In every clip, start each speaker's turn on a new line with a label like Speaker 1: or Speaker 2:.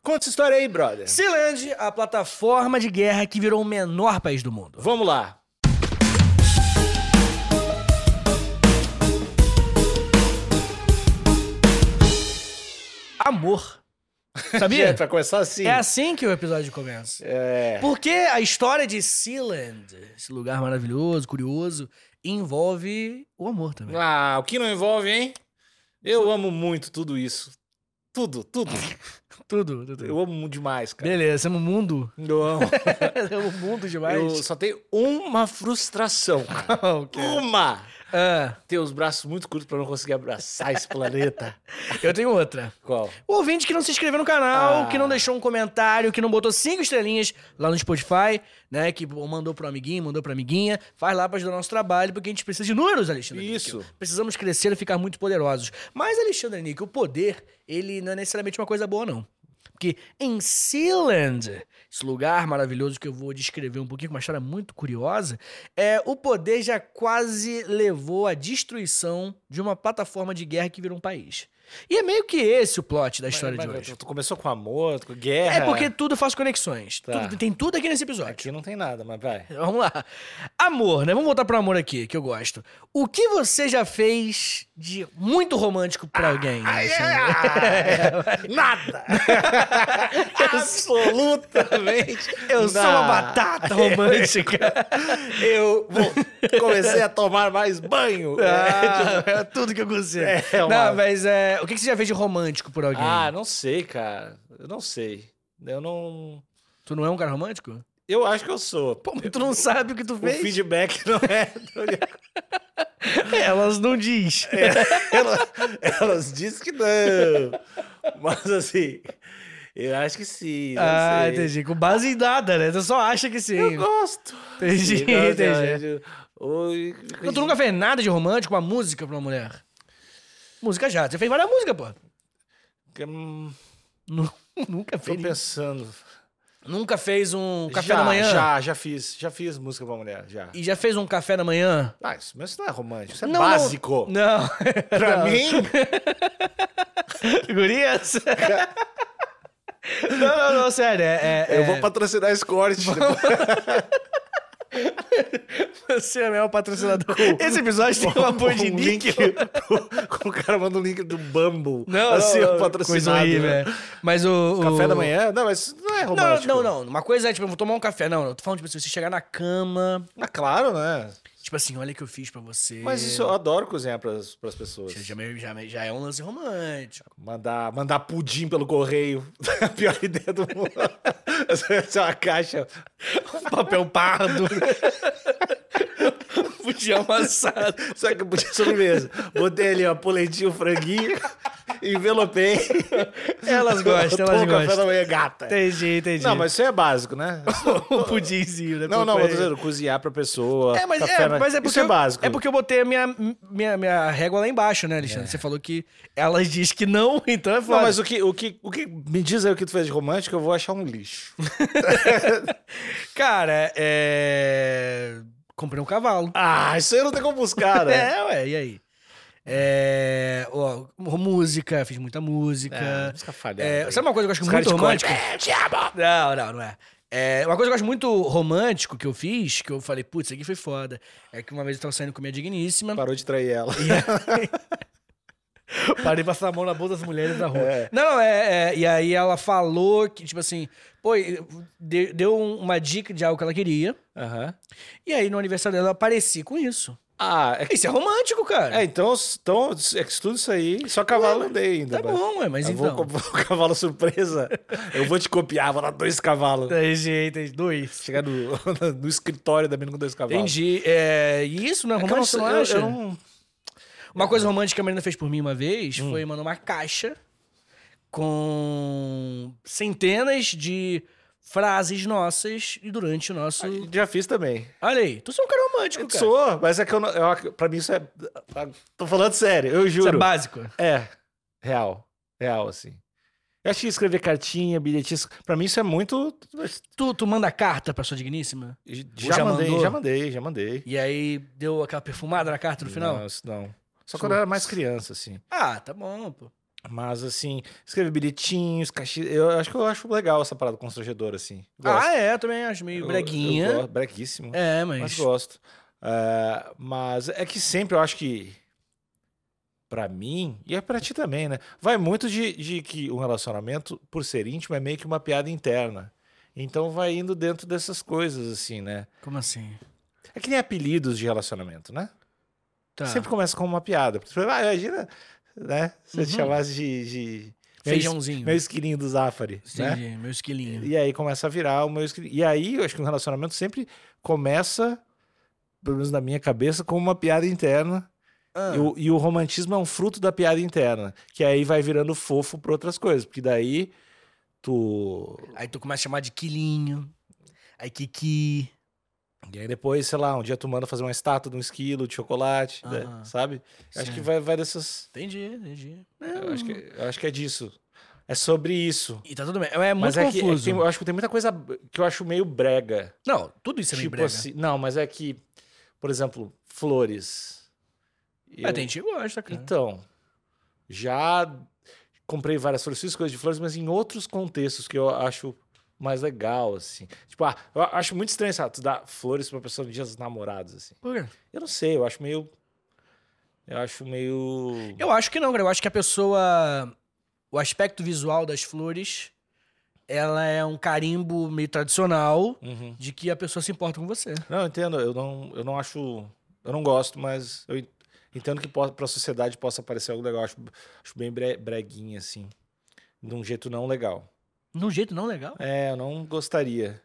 Speaker 1: Conta essa história aí, brother.
Speaker 2: Sealand, a plataforma de guerra que virou o menor país do mundo.
Speaker 1: Vamos lá.
Speaker 2: Amor.
Speaker 1: Gente,
Speaker 2: Sabia?
Speaker 1: pra começar assim.
Speaker 2: é assim que o episódio começa.
Speaker 1: É.
Speaker 2: Porque a história de Sealand, esse lugar maravilhoso, curioso, envolve o amor também.
Speaker 1: Ah, o que não envolve, hein? Eu amo muito tudo isso. Tudo, tudo.
Speaker 2: Tudo, tudo.
Speaker 1: Eu amo demais, cara.
Speaker 2: Beleza, é um mundo.
Speaker 1: Eu amo.
Speaker 2: é um mundo
Speaker 1: Eu
Speaker 2: demais.
Speaker 1: só tenho uma frustração. cara.
Speaker 2: Ok.
Speaker 1: Uma!
Speaker 2: Ah,
Speaker 1: Ter os braços muito curtos pra não conseguir abraçar esse planeta.
Speaker 2: eu tenho outra.
Speaker 1: Qual?
Speaker 2: O ouvinte que não se inscreveu no canal,
Speaker 1: Ah.
Speaker 2: que não deixou um comentário, que não botou cinco estrelinhas lá no Spotify, né? Que mandou pro amiguinho, mandou pra amiguinha. Faz lá pra ajudar o nosso trabalho, porque a gente precisa de números, Alexandre.
Speaker 1: Isso.
Speaker 2: Níquel. Precisamos crescer e ficar muito poderosos. Mas, Alexandre Nick, o poder, ele não é necessariamente uma coisa boa, não. Porque em Sealand, esse lugar maravilhoso que eu vou descrever um pouquinho, com uma história muito curiosa, é, o poder já quase levou à destruição de uma plataforma de guerra que virou um país. E é meio que esse o plot da história
Speaker 1: Mas-
Speaker 2: de
Speaker 1: mas
Speaker 2: hoje.
Speaker 1: tu- Tu começou com amor, com guerra.
Speaker 2: É porque tudo eu faço conexões.
Speaker 1: Tá.
Speaker 2: Tudo- tem tudo aqui nesse episódio.
Speaker 1: Aqui não tem nada, mas vai.
Speaker 2: Vamos lá. Amor, né? Vamos voltar pro amor aqui, que eu gosto. O que você já fez de muito romântico pra alguém? Assim, né? Alexandre? é, ah,
Speaker 1: Nada! Absolutamente!
Speaker 2: Eu sou uma
Speaker 1: nada.
Speaker 2: batata romântica.
Speaker 1: Eu vou- comecei a tomar mais banho.
Speaker 2: Ah, é tudo que eu consigo.
Speaker 1: É uma-
Speaker 2: Não, mas é, o que que você já fez de romântico por alguém?
Speaker 1: Ah, não sei, cara. Eu não sei. Eu não.
Speaker 2: Tu não é um cara romântico?
Speaker 1: Eu acho que eu sou.
Speaker 2: Pô, mas tu não sabe o que tu
Speaker 1: o
Speaker 2: fez?
Speaker 1: feedback não é.
Speaker 2: É, Elas não diz.
Speaker 1: Ela- elas dizem que não. Mas assim, eu acho que sim. não
Speaker 2: ah,
Speaker 1: sei.
Speaker 2: entendi. Com base em nada, né? Tu só acha que sim.
Speaker 1: Eu gosto.
Speaker 2: Entendi,
Speaker 1: Eu gosto, eu
Speaker 2: entendi.
Speaker 1: acho- Oi,
Speaker 2: Então, tu nunca fez nada de romântico, uma música pra uma mulher? Música já. Você fez várias músicas, pô.
Speaker 1: Hum,
Speaker 2: Nu- Nunca
Speaker 1: Tô
Speaker 2: fez.
Speaker 1: pensando.
Speaker 2: Nunca fez um café
Speaker 1: já,
Speaker 2: da manhã?
Speaker 1: Já, já fiz. Já fiz música pra mulher, já.
Speaker 2: E já fez um café da manhã?
Speaker 1: Ah, isso, mas isso não é romântico, isso é
Speaker 2: Não, não.
Speaker 1: básico.
Speaker 2: Não.
Speaker 1: Pra
Speaker 2: Não.
Speaker 1: mim,
Speaker 2: Gurias? não, não, não, sério. É, é,
Speaker 1: eu vou patrocinar esse corte.
Speaker 2: é... Você é meu patrocinador. Esse episódio tem o apoio de
Speaker 1: um
Speaker 2: Nick.
Speaker 1: link pro- o cara manda um link do Bumble.
Speaker 2: Não,
Speaker 1: assim,
Speaker 2: não,
Speaker 1: eu
Speaker 2: não, Coisa
Speaker 1: patrocinado.
Speaker 2: horrível,
Speaker 1: né?
Speaker 2: é. Mas o, o-
Speaker 1: Café da manhã? Não, mas isso não é
Speaker 2: Não,
Speaker 1: romântico.
Speaker 2: não, não. Uma coisa é, tipo, eu vou tomar um café. Não, eu tô falando, tipo, se você chegar na cama,
Speaker 1: Ah, claro, né?
Speaker 2: tipo assim, olha o que eu fiz pra você.
Speaker 1: Mas isso eu
Speaker 2: É.
Speaker 1: adoro cozinhar pras, pras pessoas.
Speaker 2: Já, já, já é um lance romântico.
Speaker 1: Mandar, mandar pudim pelo correio. A pior ideia do mundo. Essa é uma caixa.
Speaker 2: Papel pardo. Fugião amassado.
Speaker 1: Só que podia sobremesa. Botei ali, ó, polentinho, franguinho, envelopei.
Speaker 2: Elas gostam, elas
Speaker 1: Tomou café da
Speaker 2: gostam.
Speaker 1: manhã, gata.
Speaker 2: Entendi, entendi.
Speaker 1: Não, mas isso é básico, né?
Speaker 2: o pudimzinho, né?
Speaker 1: Não, não,
Speaker 2: Por
Speaker 1: eu
Speaker 2: aí.
Speaker 1: tô dizendo, cozinhar pra pessoa.
Speaker 2: É, mas
Speaker 1: café
Speaker 2: é,
Speaker 1: na-
Speaker 2: mas é porque
Speaker 1: Isso é
Speaker 2: eu-
Speaker 1: básico.
Speaker 2: é porque eu botei a minha, minha, minha régua lá embaixo, né, Alexandre? Você falou que elas diz que não, então é
Speaker 1: É. Não,
Speaker 2: foda.
Speaker 1: mas o que, o, que, o que me diz aí o que tu fez de romântico, eu vou achar um lixo.
Speaker 2: Cara, é... Comprei um cavalo.
Speaker 1: Ah, isso aí não tem como buscar, né?
Speaker 2: É, ué, e aí? É... Ó, música, fiz muita
Speaker 1: Ah,
Speaker 2: música.
Speaker 1: música falhada.
Speaker 2: É, sabe uma coisa que eu acho
Speaker 1: Os
Speaker 2: muito
Speaker 1: caras de
Speaker 2: romântica?
Speaker 1: corte, "É, eu te amo."
Speaker 2: Não, não, não é. É, uma coisa que eu acho muito romântico que eu fiz, que eu falei, putz, isso aqui foi foda. É que uma vez eu tava saindo com minha digníssima.
Speaker 1: Parou de trair ela.
Speaker 2: e aí- Parei de passar a mão na bolsa das mulheres na rua.
Speaker 1: É.
Speaker 2: Não, não, é, é, E aí ela falou que, tipo assim, pô, de- deu um- uma dica de algo que ela queria.
Speaker 1: Aham.
Speaker 2: E aí no aniversário dela eu apareci com isso.
Speaker 1: Ah, é que.
Speaker 2: Isso é romântico, cara.
Speaker 1: É, então, então, é que tudo isso aí, só cavalo não dei ainda.
Speaker 2: tá
Speaker 1: mas-
Speaker 2: bom, é, mas
Speaker 1: eu
Speaker 2: então.
Speaker 1: vou comprar um cavalo surpresa. Eu vou te copiar, vou dar dois cavalos.
Speaker 2: Tem jeito, tem dois.
Speaker 1: Chegar no, no escritório da mina com dois cavalos.
Speaker 2: Entendi. É, e isso não é
Speaker 1: É que eu não
Speaker 2: romântico,
Speaker 1: sei,
Speaker 2: não
Speaker 1: eu-
Speaker 2: acha?
Speaker 1: eu não-
Speaker 2: Uma
Speaker 1: É.
Speaker 2: coisa romântica que a Marina fez por mim uma vez
Speaker 1: Hum.
Speaker 2: foi mandar uma caixa com centenas de frases nossas e durante o nosso.
Speaker 1: Já fiz também.
Speaker 2: Olha aí, tu é um cara romântico, cara.
Speaker 1: Sou, mas é que eu, não, eu- Pra mim isso é. Tô falando sério, eu
Speaker 2: Isso é
Speaker 1: juro.
Speaker 2: básico.
Speaker 1: É, real. Real, assim. Eu acho que escrever cartinha, bilhetinho, isso- pra mim isso é muito.
Speaker 2: Tu, tu manda carta pra sua digníssima
Speaker 1: Já,
Speaker 2: já
Speaker 1: mandei,
Speaker 2: mandou?
Speaker 1: já mandei, já mandei.
Speaker 2: e aí deu aquela perfumada na carta no final?
Speaker 1: Não, isso não. Só quando eu era mais criança, assim.
Speaker 2: Ah, tá bom, pô.
Speaker 1: Mas, assim, escrever bilhetinhos, caxi... Eu acho que eu acho legal essa parada constrangedora, assim. Gosto.
Speaker 2: Ah, é, eu também acho meio
Speaker 1: Eu-
Speaker 2: breguinha.
Speaker 1: eu gosto, breguíssimo.
Speaker 2: É,
Speaker 1: Mas
Speaker 2: mas.
Speaker 1: gosto. Ah, mas é que sempre eu acho que. Pra mim, e é pra ti também, né? Vai muito de, de que um relacionamento, por ser íntimo, é meio que uma piada interna. Então vai indo dentro dessas coisas, assim, né?
Speaker 2: Como assim?
Speaker 1: É que nem apelidos de relacionamento, né?
Speaker 2: Tá.
Speaker 1: Sempre começa com uma piada. Por exemplo, Ah, imagina, né? Se eu te
Speaker 2: Uhum.
Speaker 1: chamasse de. de... Meu, es-
Speaker 2: Feijãozinho.
Speaker 1: meu esquilinho do Zafari. Né?
Speaker 2: Entendi, meu esquilinho.
Speaker 1: E aí começa a virar o meu escrito. E aí eu acho que um relacionamento sempre começa, pelo menos na minha cabeça, com uma piada interna.
Speaker 2: Ah,
Speaker 1: E, o, e o romantismo é um fruto da piada interna. Que aí vai virando fofo pra outras coisas. Porque daí tu.
Speaker 2: Aí tu começa a chamar de quilinho. Aí Kiki.
Speaker 1: E aí depois, sei lá, um dia tu manda fazer uma estátua de um esquilo de chocolate, né?
Speaker 2: Aham.
Speaker 1: sabe? Eu Acho que
Speaker 2: Sim.
Speaker 1: vai, vai dessas.
Speaker 2: Entendi, entendi. Hum.
Speaker 1: Eu acho, que, eu acho que é disso. É sobre isso.
Speaker 2: E tá tudo bem. É muito
Speaker 1: Mas é que, é que
Speaker 2: confuso.
Speaker 1: tem- eu acho que tem muita coisa que eu acho meio brega.
Speaker 2: Não, tudo isso é meio
Speaker 1: tipo
Speaker 2: brega.
Speaker 1: assim, não, mas é que, por exemplo, flores. Eu-
Speaker 2: Mas Ah, É, tem né? gente que gosta, cara.
Speaker 1: Então, já comprei várias flores, fiz coisas de flores, mas em outros contextos que eu acho mais legal, assim. Tipo, ah, eu acho muito estranho, sabe, tu dar flores pra uma pessoa no dia dos namorados, assim.
Speaker 2: Por quê?
Speaker 1: Eu não sei, eu acho meio... Eu acho meio...
Speaker 2: Eu acho que não, cara. Eu acho que a pessoa. O aspecto visual das flores. Ela é um carimbo meio tradicional
Speaker 1: Uhum.
Speaker 2: de que a pessoa se importa com você.
Speaker 1: Não, eu entendo, eu não, eu não acho... Eu não gosto, mas eu en- entendo que po- pra sociedade possa parecer algo legal. Acho, acho bem bre- breguinha, assim. De um jeito não legal.
Speaker 2: De um jeito não legal.
Speaker 1: É, eu não gostaria.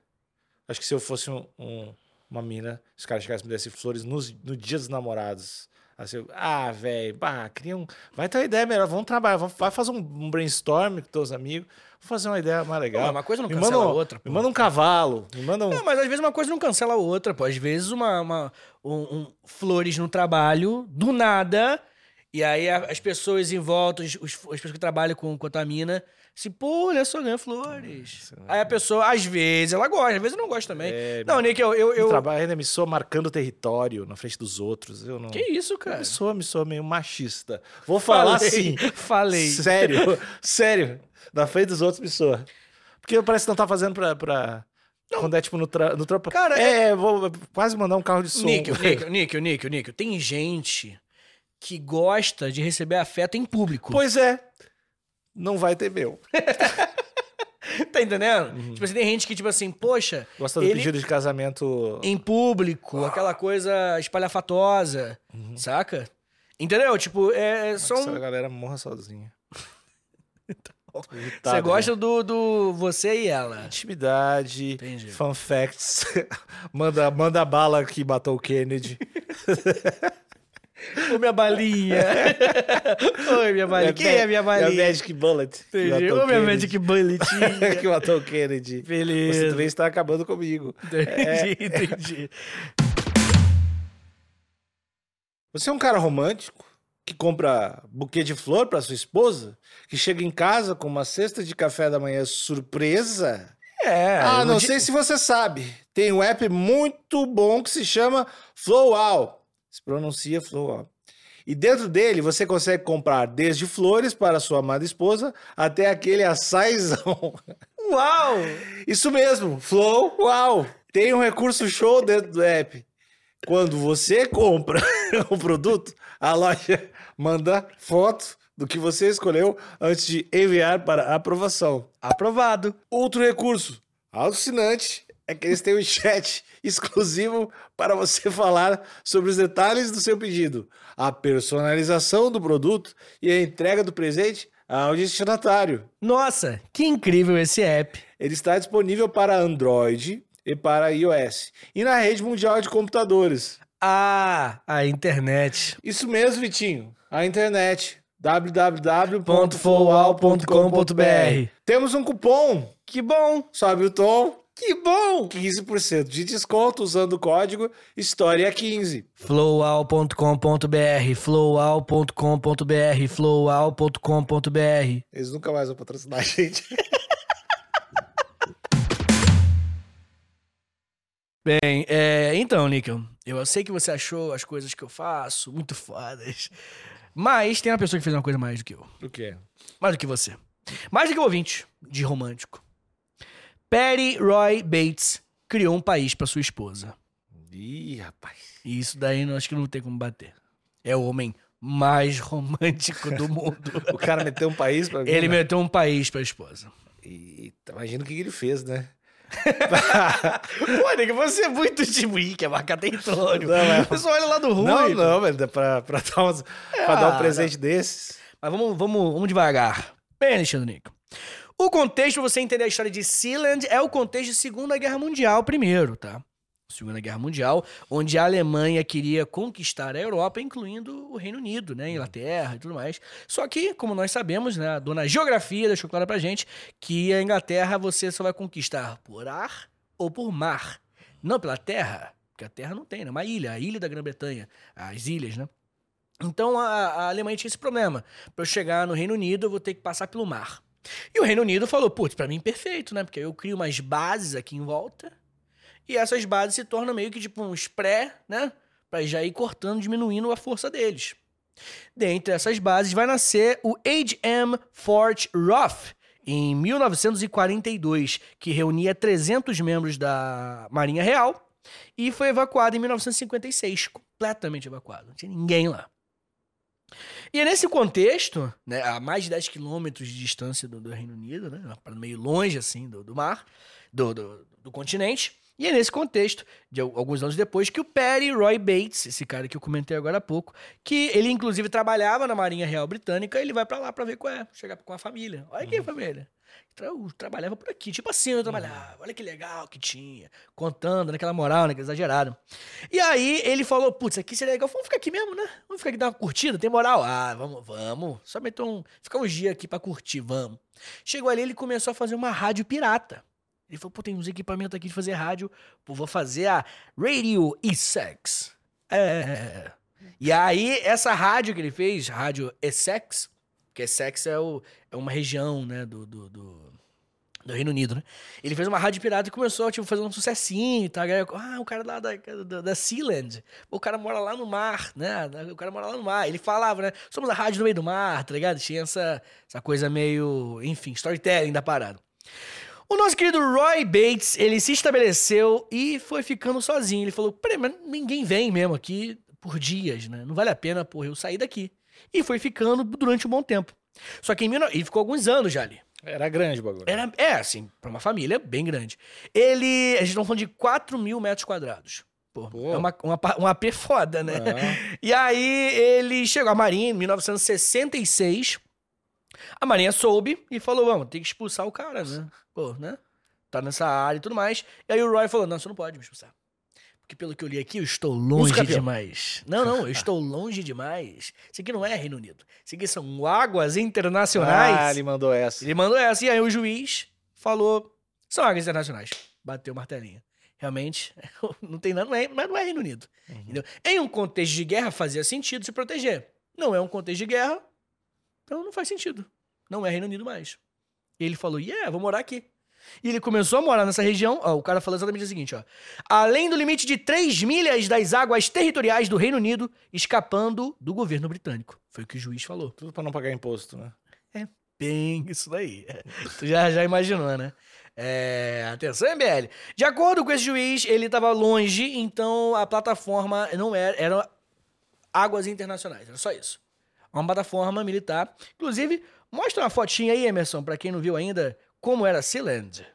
Speaker 1: Acho que se eu fosse um- um- uma mina, se o cara chegasse e me desse flores nos, no dia dos namorados. Assim, eu, ah, velho, bah, cria um. Vai ter uma ideia melhor, vamos trabalhar, vamos, vai fazer um, um brainstorm com teus amigos, vamos fazer uma ideia mais
Speaker 2: Pô,
Speaker 1: legal.
Speaker 2: uma coisa não
Speaker 1: me
Speaker 2: cancela
Speaker 1: manda
Speaker 2: a
Speaker 1: um-
Speaker 2: outra.
Speaker 1: Me
Speaker 2: pô.
Speaker 1: manda um cavalo, me manda um.
Speaker 2: Não, mas às vezes uma coisa não cancela a outra, pô. Às vezes uma, uma- um, um- flores no trabalho, do nada, e aí a- as pessoas em volta, os, os- as pessoas que trabalham com contamina, se, pô, olha só, ganha flores. Aí a pessoa, às vezes, ela gosta, às vezes não gosta também.
Speaker 1: É,
Speaker 2: não, Nick, eu... eu, eu-
Speaker 1: Trabalho ainda me soa marcando território na frente dos outros. Eu não.
Speaker 2: Que isso,
Speaker 1: Eu
Speaker 2: cara?
Speaker 1: me soa, me soa meio machista. Vou falar assim.
Speaker 2: Falei.
Speaker 1: Sério, sério. Na frente dos outros, me soa. Porque parece que não tá fazendo pra. pra- Quando é tipo no, tra... no trampo.
Speaker 2: Cara,
Speaker 1: é, vou quase mandar um carro de som.
Speaker 2: Níquel, níquel, níquel, níquel, níquel. Tem gente que gosta de receber afeto em público.
Speaker 1: Pois é. Não vai ter meu.
Speaker 2: Tá entendendo?
Speaker 1: Uhum.
Speaker 2: Tipo assim, tem gente que, tipo assim, poxa...
Speaker 1: Gosta do
Speaker 2: Ele-
Speaker 1: pedido de casamento.
Speaker 2: em público, aquela coisa espalhafatosa, saca? Entendeu? Tipo, é, é só
Speaker 1: Essa
Speaker 2: um...
Speaker 1: galera morra sozinha. Irritado,
Speaker 2: Você
Speaker 1: né?
Speaker 2: gosta do, do você e ela.
Speaker 1: Intimidade,
Speaker 2: Entendi.
Speaker 1: fun facts. manda, manda bala que matou o Kennedy.
Speaker 2: Ô, minha balinha. Oi, minha balinha. Quem é minha
Speaker 1: É a
Speaker 2: balinha?
Speaker 1: Magic Bullet. que
Speaker 2: Entendi.
Speaker 1: matou
Speaker 2: Ô,
Speaker 1: o
Speaker 2: minha
Speaker 1: Kennedy.
Speaker 2: Magic Bulletinha.
Speaker 1: que matou o Kennedy.
Speaker 2: tá
Speaker 1: Você
Speaker 2: Beleza.
Speaker 1: também está acabando comigo.
Speaker 2: Entendi, entendi.
Speaker 1: Você é um cara romântico que compra buquê de flor para sua esposa, que chega em casa com uma cesta de café da manhã surpresa?
Speaker 2: É.
Speaker 1: ah,
Speaker 2: eu
Speaker 1: não
Speaker 2: di-
Speaker 1: sei se você sabe. Tem um app muito bom que se chama Flowal. Se pronuncia Flowal. E dentro dele você consegue comprar desde flores para sua amada esposa até aquele açaizão.
Speaker 2: Uau!
Speaker 1: Isso mesmo, Flow, uau! Tem um recurso show dentro do app. Quando você compra o produto, a loja manda foto do que você escolheu antes de enviar para aprovação.
Speaker 2: Aprovado.
Speaker 1: Outro recurso alucinante é que eles têm um chat exclusivo para você falar sobre os detalhes do seu pedido, a personalização do produto e a entrega do presente ao destinatário.
Speaker 2: Nossa, que incrível esse app.
Speaker 1: Ele está disponível para Android e para iOS. E na rede mundial de computadores.
Speaker 2: Ah, a internet.
Speaker 1: Isso mesmo, Vitinho. A internet. www.foal.com.br
Speaker 2: .foal.com.br.
Speaker 1: Temos um cupom.
Speaker 2: Que bom,
Speaker 1: Sobe o tom.
Speaker 2: que bom.
Speaker 1: 15% de desconto usando o código História15.
Speaker 2: flowal.com.br, flowal.com.br, flowal.com.br.
Speaker 1: Eles nunca mais vão patrocinar a gente.
Speaker 2: Bem, é, então, Níquel, eu sei que você achou as coisas que eu faço muito fodas, Mas tem uma pessoa que fez uma coisa mais do que eu.
Speaker 1: O quê?
Speaker 2: Mais do que você. Mais do que o ouvinte de romântico. Perry Roy Bates criou um país pra sua esposa.
Speaker 1: Ih, rapaz.
Speaker 2: E isso daí não acho que não tem como bater. É o homem mais romântico do mundo.
Speaker 1: O cara meteu um país pra mim.
Speaker 2: Ele
Speaker 1: né?
Speaker 2: meteu um país pra esposa.
Speaker 1: Eita, imagina o que que ele fez, né?
Speaker 2: Pô, nego, você é muito de que é marca território.
Speaker 1: Não, é-
Speaker 2: Você só olha lá do ruim. né? Ah,
Speaker 1: não, não, velho. dá Pra, pra, dar, uns- pra dar um presente desses.
Speaker 2: Mas vamos, vamos, vamos devagar. Bem, Alexandre Nico. O contexto pra você entender a história de Sealand é o contexto de Segunda Guerra Mundial primeiro, tá? Segunda Guerra Mundial, onde a Alemanha queria conquistar a Europa, incluindo o Reino Unido, né? Inglaterra e tudo mais. Só que, como nós sabemos, né? A dona Geografia deixou claro pra gente que a Inglaterra você só vai conquistar por ar ou por mar. Não pela terra, porque a terra não tem, né? Uma ilha, a ilha da Grã-Bretanha, as ilhas, né? Então a, a Alemanha tinha esse problema. Pra eu chegar no Reino Unido, eu vou ter que passar pelo mar. E o Reino Unido falou, putz, pra mim perfeito, né? Porque aí eu crio umas bases aqui em volta. E essas bases se tornam meio que tipo uns pré, né? Pra já ir cortando, diminuindo a força deles. Dentre essas bases vai nascer o H.M. Fort Roth, em 1942, que reunia 300 membros da Marinha Real e foi evacuado em 1956, completamente evacuado. Não tinha ninguém lá. E é nesse contexto, né, a mais de 10 quilômetros de distância do, do Reino Unido, né, pra meio longe assim do, do mar, do, do, do continente, e é nesse contexto, de al- alguns anos depois, que o Perry Roy Bates, esse cara que eu comentei agora há pouco, que ele inclusive trabalhava na Marinha Real Britânica, ele vai pra lá pra ver qual é, chegar com a família. Olha que família. Tra- Eu trabalhava por aqui, tipo assim eu trabalhava, olha que legal que tinha, contando naquela moral, né, naquela exagerada. E aí ele falou, putz, aqui seria legal, vamos ficar aqui mesmo, né? Vamos ficar aqui dar uma curtida, tem moral? Ah, vamos, vamos. Só meter um, ficar uns dias aqui pra curtir, vamos. Chegou ali, ele começou a fazer uma rádio pirata. Ele falou, pô, tem uns equipamentos aqui de fazer rádio, pô, vou fazer a Radio Essex. É. E aí, essa rádio que ele fez, Rádio Essex, porque Essex é, o, é uma região, né, do- do- do, do Reino Unido, né? Ele fez uma rádio pirata e começou, tipo, a fazer um sucessinho e tal. A galera, Ah, o cara lá da, da, da Sealand. O cara mora lá no mar, né? O cara mora lá no mar. Ele falava, né? Somos a rádio no meio do mar, tá ligado? Tinha essa, essa coisa meio, enfim, storytelling da parada. O nosso querido Roy Bates, ele se estabeleceu e foi ficando sozinho. Ele falou, peraí, mas ninguém vem mesmo aqui por dias, né? Não vale a pena, porra, eu sair daqui. E foi ficando durante um bom tempo. Só que em... 19 E ficou alguns anos já ali.
Speaker 1: Era grande o bagulho.
Speaker 2: Era, é, assim, pra uma família bem grande. Ele. A gente tá falando de 4 mil metros quadrados. Pô,
Speaker 1: Pô.
Speaker 2: é uma, uma, pa- um AP foda, né?
Speaker 1: Ah,
Speaker 2: E aí ele chegou à Marinha em 1966. A Marinha soube e falou: vamos, tem que expulsar o cara, né? Pô, né? Tá nessa área e tudo mais. E aí o Roy falou: não, você não pode me expulsar. Porque pelo que eu li aqui, eu estou longe
Speaker 1: campeão.
Speaker 2: demais. Não, não, eu estou longe demais. Isso aqui não é Reino Unido. Isso aqui são águas internacionais.
Speaker 1: Ah, ele mandou essa.
Speaker 2: Ele mandou essa. E aí o juiz falou: são águas internacionais. Bateu o martelinho. Realmente, não tem nada, não é, mas não é Reino Unido.
Speaker 1: Uhum.
Speaker 2: entendeu? Em um contexto de guerra, fazia sentido se proteger. Não é um contexto de guerra, então não faz sentido. Não é Reino Unido mais. E ele falou: yeah, vou morar aqui. E ele começou a morar nessa região. Ó, o cara falou exatamente o seguinte: ó. Além do limite de 3 milhas das águas territoriais do Reino Unido, escapando do governo britânico. Foi o que o juiz falou
Speaker 1: Tudo pra não pagar imposto, né?
Speaker 2: bem isso daí. tu já, já imaginou, né? É, atenção, MBL. De acordo com esse juiz, ele estava longe, então a plataforma não era. Era águas internacionais, era só isso. É Uma plataforma militar. Inclusive, mostra uma fotinha aí, Emerson, pra quem não viu ainda, como era Sealand.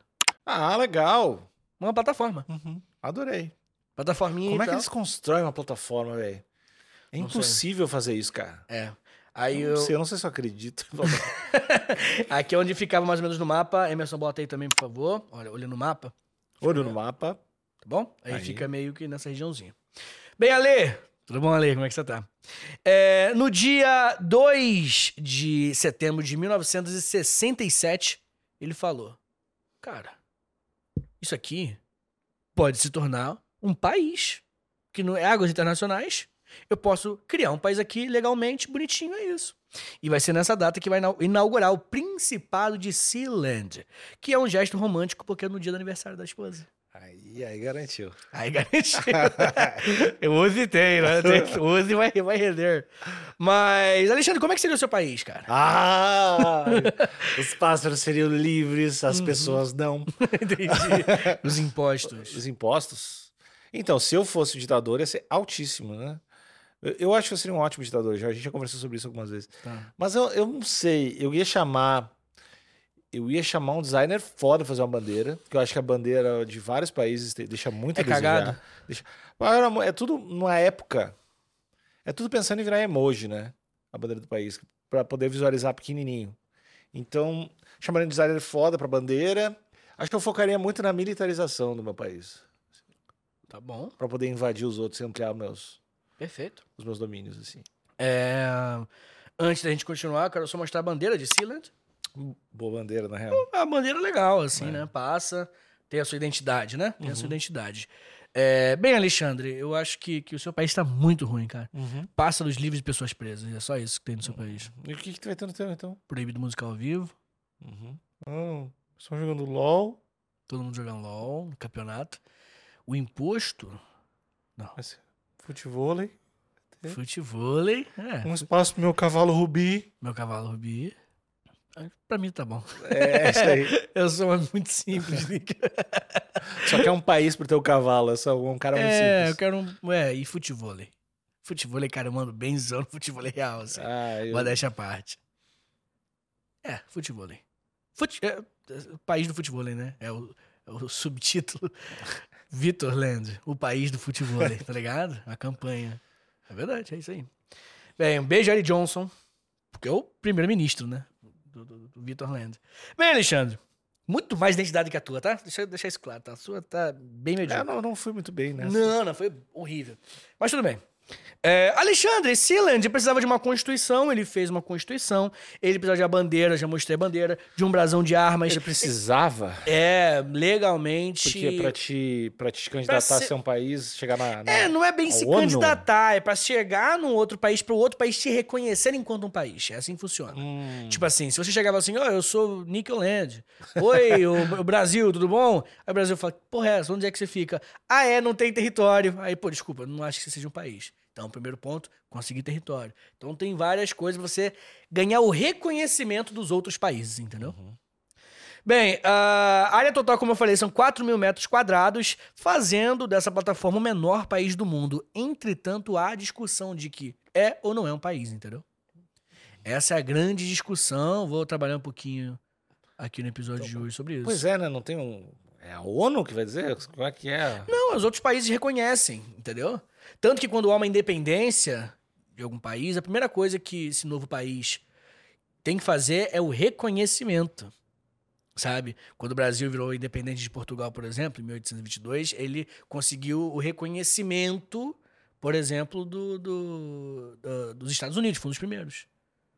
Speaker 1: Ah, legal.
Speaker 2: Uma plataforma.
Speaker 1: Adorei.
Speaker 2: Plataforminha
Speaker 1: Como
Speaker 2: Uhum. e
Speaker 1: é que
Speaker 2: tal.
Speaker 1: eles constroem uma plataforma, velho? É
Speaker 2: Não sei.
Speaker 1: impossível fazer isso, cara.
Speaker 2: É. Aí
Speaker 1: Eu não
Speaker 2: eu-
Speaker 1: sei, eu não sei se eu acredito.
Speaker 2: Aqui é onde ficava mais ou menos no mapa. Emerson, bota aí também, por favor. Olha, olha no mapa.
Speaker 1: Olho no mapa.
Speaker 2: Tá bom? Aí,
Speaker 1: Aí.
Speaker 2: fica meio que nessa regiãozinha. Bem, Ale! Tudo bom, Ale? Como é que você tá? É, no dia 2 de setembro de 1967, ele falou: Cara, isso aqui pode se tornar um país. Que não é águas internacionais. Eu posso criar um país aqui legalmente, bonitinho, é isso. E vai ser nessa data que vai inau- inaugurar o Principado de Sealand, que é um gesto romântico porque é no dia do aniversário da esposa.
Speaker 1: Aí E aí garantiu.
Speaker 2: Aí garantiu. Eu use tem, né? Tem- Use vai, vai render. Mas, Alexandre, como é que seria o seu país, cara?
Speaker 1: Ah! os pássaros seriam livres,
Speaker 2: Uhum.
Speaker 1: as pessoas não.
Speaker 2: Entendi. Os impostos.
Speaker 1: Os impostos. Então, se eu fosse ditador, ia ser altíssimo, né? Eu, eu acho que eu seria um ótimo ditador. Já, a gente já conversou sobre isso algumas vezes.
Speaker 2: Tá.
Speaker 1: Mas eu, eu não sei. Eu ia chamar. Eu ia chamar um designer foda pra fazer uma bandeira. Porque eu acho que a bandeira de vários países te- deixa muito
Speaker 2: É
Speaker 1: a desejar.
Speaker 2: cagado?
Speaker 1: Deixa- Mas era mu- é tudo numa época. É tudo pensando em virar emoji, né? A bandeira do país. Pra poder visualizar pequenininho. Então, chamaria um designer foda pra bandeira. Acho que eu focaria muito na militarização do meu país.
Speaker 2: Tá bom,
Speaker 1: Pra poder invadir os outros e ampliar meus,
Speaker 2: perfeito.
Speaker 1: os meus domínios, assim.
Speaker 2: É, Antes da gente continuar, eu quero só mostrar a bandeira de Sealand.
Speaker 1: Boa bandeira, na real.
Speaker 2: a bandeira legal, assim,
Speaker 1: É.
Speaker 2: né? Passa, tem a sua identidade, né? Tem a sua
Speaker 1: Uhum.
Speaker 2: identidade. É, bem, Alexandre, eu acho que, que o seu país tá muito ruim, cara. Pássaros livres de pessoas presas. É só isso que tem
Speaker 1: Uhum.
Speaker 2: no seu país.
Speaker 1: E o que, que tu vai ter no teu, então?
Speaker 2: Proibido música ao vivo,
Speaker 1: Uhum. estão jogando LOL.
Speaker 2: todo mundo jogando LOL no campeonato. O imposto,
Speaker 1: Mas futevôlei. É.
Speaker 2: futevôlei, é,
Speaker 1: Um espaço pro meu cavalo rubi.
Speaker 2: meu cavalo rubi. Ah, Pra mim tá bom.
Speaker 1: É, isso aí.
Speaker 2: Eu sou um homem muito simples, Nick.
Speaker 1: Só que é um país pro teu cavalo. É só um cara muito
Speaker 2: É, eu
Speaker 1: simples.
Speaker 2: quero um. É, e futevôlei. Futevôlei, cara, eu mando benzão no futevôlei real, assim.
Speaker 1: Ah, eu...
Speaker 2: Modéstia à parte. É, futebol, hein? Fute... é, é, país do futebol, hein, né? É o, é o subtítulo. Vitor Land, o país do futebol, hein, tá ligado? A campanha. É verdade, é isso aí. Bem, um beijo, Eric Johnson, porque é o primeiro-ministro, né? Do, do- do Vitor Land. Bem, Alexandre, muito mais identidade que a tua, tá? Deixa eu deixar isso claro, tá? A sua tá bem medíocre.
Speaker 1: É, assim? não, não fui muito bem nessa.
Speaker 2: Não, não, foi horrível. Mas tudo bem. É, Alexandre, Sealand precisava de uma constituição, ele fez uma constituição, ele precisava de uma bandeira, já mostrei a bandeira, de um brasão de armas.
Speaker 1: Ele precisava,
Speaker 2: É, legalmente.
Speaker 1: porque é pra te, pra te candidatar
Speaker 2: ser-
Speaker 1: a ser um país, chegar na... na-
Speaker 2: É, não é bem se
Speaker 1: A ONU?
Speaker 2: candidatar, é pra chegar num outro país, pro outro país te reconhecer enquanto um país. É assim que funciona.
Speaker 1: Hum,
Speaker 2: Tipo assim, se você chegava assim, ó, eu sou Nickel Land. Oi, o, o Brasil, tudo bom? Aí o Brasil fala, porra, é, essa, onde é que você fica? Ah, é, não tem território. Aí, pô, desculpa, não acho que você seja um país. Então, primeiro ponto, conseguir território. Então tem várias coisas pra você ganhar o reconhecimento dos outros países, entendeu?
Speaker 1: Uhum.
Speaker 2: Bem, a área total, como eu falei, são 4 mil metros quadrados, fazendo dessa plataforma o menor país do mundo. Entretanto, há discussão de que é ou não é um país, entendeu? Essa é a grande discussão. Vou trabalhar um pouquinho aqui no episódio de hoje sobre isso.
Speaker 1: Então, Pois é, né? Não tem um... É a ONU que vai dizer? Como é que é?
Speaker 2: Não, os outros países reconhecem, entendeu? Tanto que quando há uma independência de algum país, a primeira coisa que esse novo país tem que fazer é o reconhecimento. Sabe? Quando o Brasil virou independente de Portugal, por exemplo, em 1822, ele conseguiu o reconhecimento, por exemplo, do, do- da- dos Estados Unidos, foi um dos primeiros.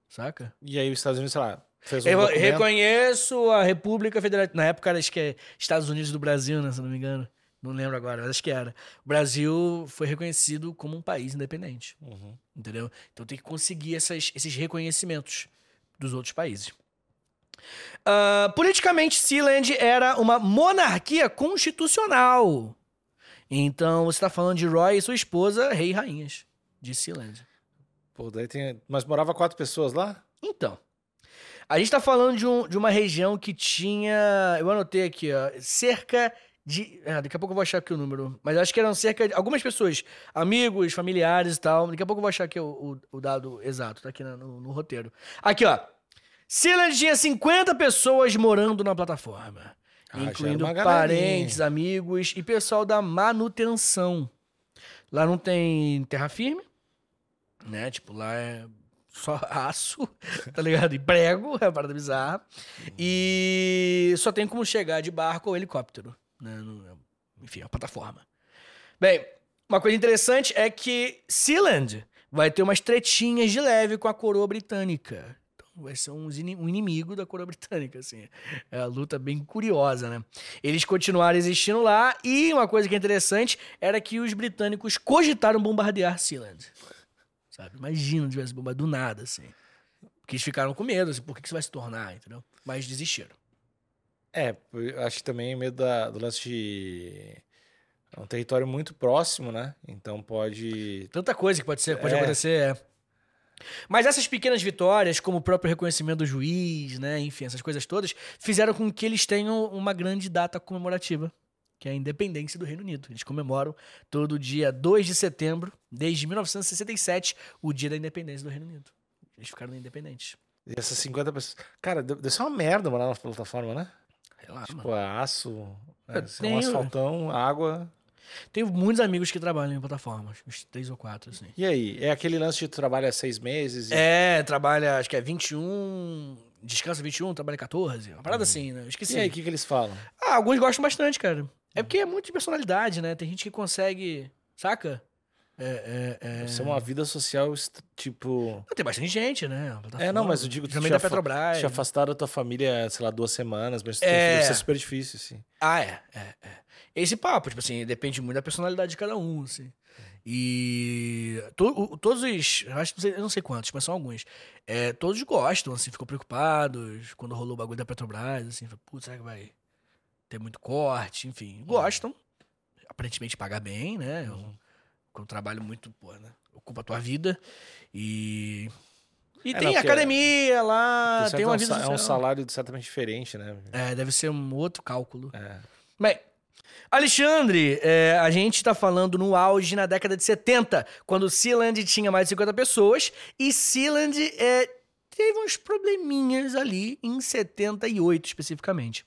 Speaker 2: Saca?
Speaker 1: E aí os Estados Unidos, sei lá, fez um
Speaker 2: Eu
Speaker 1: documento.
Speaker 2: reconheço a República Federativa. Na época era, acho que é Estados Unidos do Brasil, né? Se eu não me engano. Não lembro agora, mas acho que era. O Brasil foi reconhecido como um país independente,
Speaker 1: Uhum.
Speaker 2: entendeu? Então tem que conseguir essas- esses reconhecimentos dos outros países. Ah, politicamente, Sealand era uma monarquia constitucional. Então você está falando de Roy e sua esposa, rei e rainhas de Sealand.
Speaker 1: Pô, daí tem... Mas morava quatro pessoas lá?
Speaker 2: Então, a gente tá falando de, um- de uma região que tinha, eu anotei aqui, ó, cerca de, ah, daqui a pouco eu vou achar aqui o número, mas acho que eram cerca de, algumas pessoas, amigos, familiares e tal, daqui a pouco eu vou achar aqui o, o- o dado exato, tá aqui na- no, no roteiro. Aqui, ó, Sealand tinha 50 pessoas morando na plataforma,
Speaker 1: Ah, já era
Speaker 2: incluindo
Speaker 1: uma galerinha.
Speaker 2: parentes, amigos e pessoal da manutenção. Lá não tem terra firme, né? Tipo, lá é só aço, tá ligado? E prego, é uma parada bizarra. E só tem como chegar de barco ou helicóptero, né? No- Enfim, é uma plataforma. Bem, uma coisa interessante é que Sealand vai ter umas tretinhas de leve com a coroa britânica. Então, Vai ser uns ini- um inimigo da coroa britânica, assim. É uma luta bem curiosa, né? Eles continuaram existindo lá e uma coisa que é interessante era que os britânicos cogitaram bombardear Sealand. Sabe? Imagina, tivesse bomba do nada, assim. Porque eles ficaram com medo, assim, por que que isso vai se tornar, entendeu? Mas desistiram.
Speaker 1: É, eu acho que também medo da- do lance de É um território muito próximo, né? Então pode.
Speaker 2: Tanta coisa que pode, ser, pode
Speaker 1: É.
Speaker 2: acontecer, é. Mas essas pequenas vitórias, como o próprio reconhecimento do juiz, né? Enfim, essas coisas todas, fizeram com que eles tenham uma grande data comemorativa, que é a independência do Reino Unido. Eles comemoram todo dia 2 de setembro, desde 1967, o dia da independência do Reino Unido. Eles ficaram independentes.
Speaker 1: E essas 50 pessoas. Cara, deve deve ser uma merda morar na plataforma, né?
Speaker 2: Sei lá, Ah, mano.
Speaker 1: Tipo, aço,
Speaker 2: Eu
Speaker 1: é, assim,
Speaker 2: tenho-
Speaker 1: um asfaltão, água.
Speaker 2: Tenho muitos amigos que trabalham em plataformas, uns três ou quatro, assim.
Speaker 1: E aí? É aquele lance de tu trabalha seis meses? e-
Speaker 2: É, trabalha, acho que é 21. Descansa 21, trabalha 14. Uma parada assim, né? Eu
Speaker 1: Uhum. E
Speaker 2: Esqueci.
Speaker 1: aí, o que, que eles falam?
Speaker 2: Ah, alguns gostam bastante, cara. É porque é muito de personalidade, né? Tem gente que consegue. Saca? É, é, é...
Speaker 1: Isso é uma vida social, est- tipo.
Speaker 2: Não, tem bastante gente, né? A plataforma.
Speaker 1: É, não, mas eu digo, tu
Speaker 2: Também
Speaker 1: te
Speaker 2: da
Speaker 1: afa-
Speaker 2: Petrobras.
Speaker 1: Te afastar da tua família, sei lá, duas semanas, mas tu
Speaker 2: É.
Speaker 1: tem filho, isso é super difícil, assim.
Speaker 2: Ah, é, é, é. Esse papo, tipo assim, depende muito da personalidade de cada um, assim. E to- o- todos os, eu acho que não sei- eu não sei quantos, mas são alguns. É, todos gostam, assim, ficam preocupados quando rolou o bagulho da Petrobras, assim, fala, putz, será que vai ter muito corte? Enfim,
Speaker 1: Uhum.
Speaker 2: gostam. Aparentemente paga bem, né? É um, é um trabalho muito, pô, né? Ocupa a tua vida. E. E
Speaker 1: É,
Speaker 2: tem
Speaker 1: não, porque-
Speaker 2: academia lá,
Speaker 1: Isso
Speaker 2: Ah, tem
Speaker 1: é,
Speaker 2: uma
Speaker 1: um,
Speaker 2: vida
Speaker 1: sa- é um
Speaker 2: social.
Speaker 1: salário certamente diferente, né?
Speaker 2: É, deve ser um outro cálculo.
Speaker 1: É.
Speaker 2: Bem, Alexandre, é, a gente tá falando no auge na década de 70, quando Sealand tinha mais de 50 pessoas e Sealand é, teve uns probleminhas ali em 78 especificamente.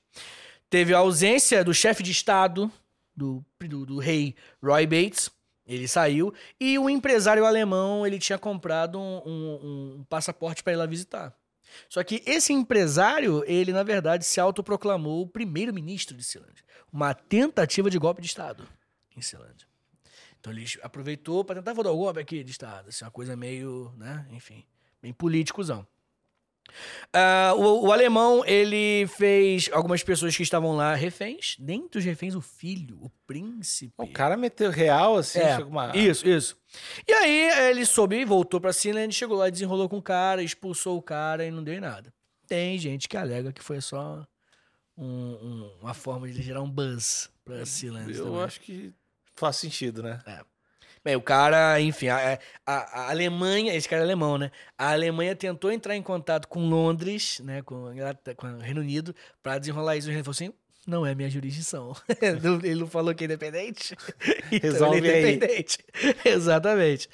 Speaker 2: Teve a ausência do chefe de Estado, do, do, do rei Roy Bates, ele saiu, e o empresário alemão ele tinha comprado um, um- um passaporte para ir lá visitar. Só que esse empresário, ele na verdade se autoproclamou o primeiro-ministro de Ceilândia. Uma tentativa de golpe de Estado em Ceilândia. Então ele aproveitou para tentar vou dar o golpe aqui de Estado. Assim, uma coisa meio, né, enfim, bem políticozão. Ah, o, o alemão, ele fez algumas pessoas que estavam lá reféns. Dentre os reféns, o filho, o príncipe.
Speaker 1: O cara meteu real, assim,
Speaker 2: É,
Speaker 1: chega uma.
Speaker 2: Isso, isso. E aí ele soube, voltou pra Sealand, chegou lá, desenrolou com o cara, expulsou o cara e não deu em nada. Tem gente que alega que foi só um- um- uma forma de gerar um buzz pra Sealand.
Speaker 1: Eu
Speaker 2: também.
Speaker 1: acho que faz sentido, né?
Speaker 2: Bem, É, o cara, enfim, a, a- a Alemanha, esse cara é alemão, né? A Alemanha tentou entrar em contato com Londres, né? Com, a Inglaterra- com o Reino Unido, pra desenrolar isso. O Reino Unido falou assim. Não é minha jurisdição. Não- ele não falou que é independente. Então
Speaker 1: Resolve
Speaker 2: ele é
Speaker 1: aí.
Speaker 2: independente. Exatamente.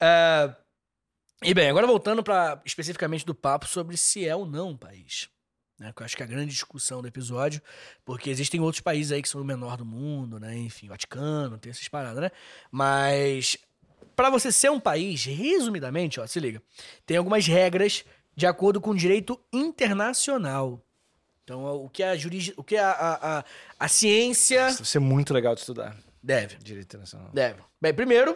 Speaker 2: Ah, e bem, agora voltando para especificamente do papo sobre se é ou não um país. Né? Que eu acho que é a grande discussão do episódio, porque existem outros países aí que são o menor do mundo, né? Enfim, Vaticano, tem essas paradas, né? Mas para você ser um país, resumidamente, ó, se liga, tem algumas regras de acordo com o direito internacional. Então, o que a, juris... o que a, a, a, a ciência
Speaker 1: Isso deve ser muito legal de estudar
Speaker 2: deve.
Speaker 1: direito internacional.
Speaker 2: É. Deve. Bem, primeiro,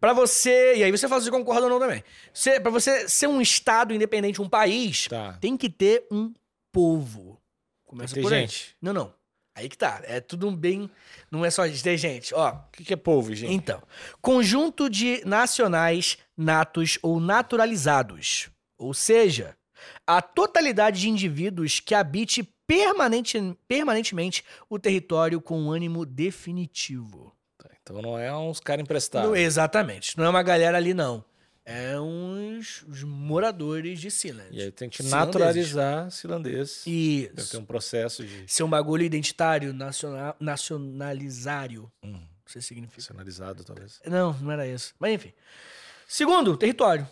Speaker 2: pra você, e aí você fala se concorda ou não também. Você, para você ser um estado independente, um país,
Speaker 1: Tá.
Speaker 2: tem que ter um povo. Começa
Speaker 1: Tem
Speaker 2: por aí.
Speaker 1: gente.
Speaker 2: Não, não. Aí que tá. É tudo um bem, não é só ter gente, ó.
Speaker 1: O que, que é povo, gente?
Speaker 2: Então, conjunto de nacionais natos ou naturalizados, ou seja, a totalidade de indivíduos que habite permanente- permanentemente o território com ânimo definitivo.
Speaker 1: Então não é uns caras emprestados.
Speaker 2: Não, exatamente. Não é uma galera ali, não. É uns os moradores de
Speaker 1: E
Speaker 2: Sealand.
Speaker 1: aí tem que
Speaker 2: Finlandeses.
Speaker 1: naturalizar finlandês. Deve ter
Speaker 2: Isso.
Speaker 1: um processo de
Speaker 2: Ser um bagulho identitário, nacional, nacionalizário.
Speaker 1: Hum.
Speaker 2: Não sei o que significa.
Speaker 1: nacionalizado, talvez.
Speaker 2: Não, não era isso. Mas enfim. Segundo, território.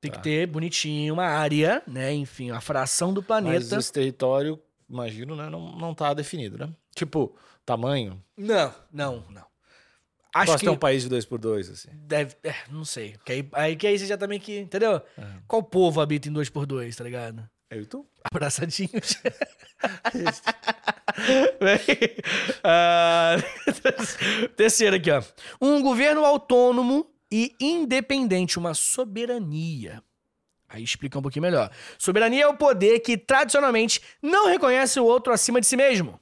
Speaker 2: Tem
Speaker 1: Tá.
Speaker 2: que ter bonitinho uma área, né? Enfim, uma fração do
Speaker 1: Mas
Speaker 2: planeta.
Speaker 1: esse território, imagino, né, não, não tá definido, né? Tipo, tamanho.
Speaker 2: Não, não, não.
Speaker 1: Acho
Speaker 2: Acho
Speaker 1: Posso
Speaker 2: que
Speaker 1: ter um país de dois por dois, assim.
Speaker 2: deve. é, não sei. Que aí, aí que aí você já também que. Entendeu?
Speaker 1: É.
Speaker 2: Qual povo habita em 2x2, tá ligado?
Speaker 1: Eu tô.
Speaker 2: Abraçadinhos. Bem, ah, Terceiro aqui, ó. Um governo autônomo e independente, uma soberania. Aí explica um pouquinho melhor. Soberania é o poder que tradicionalmente não reconhece o outro acima de si mesmo.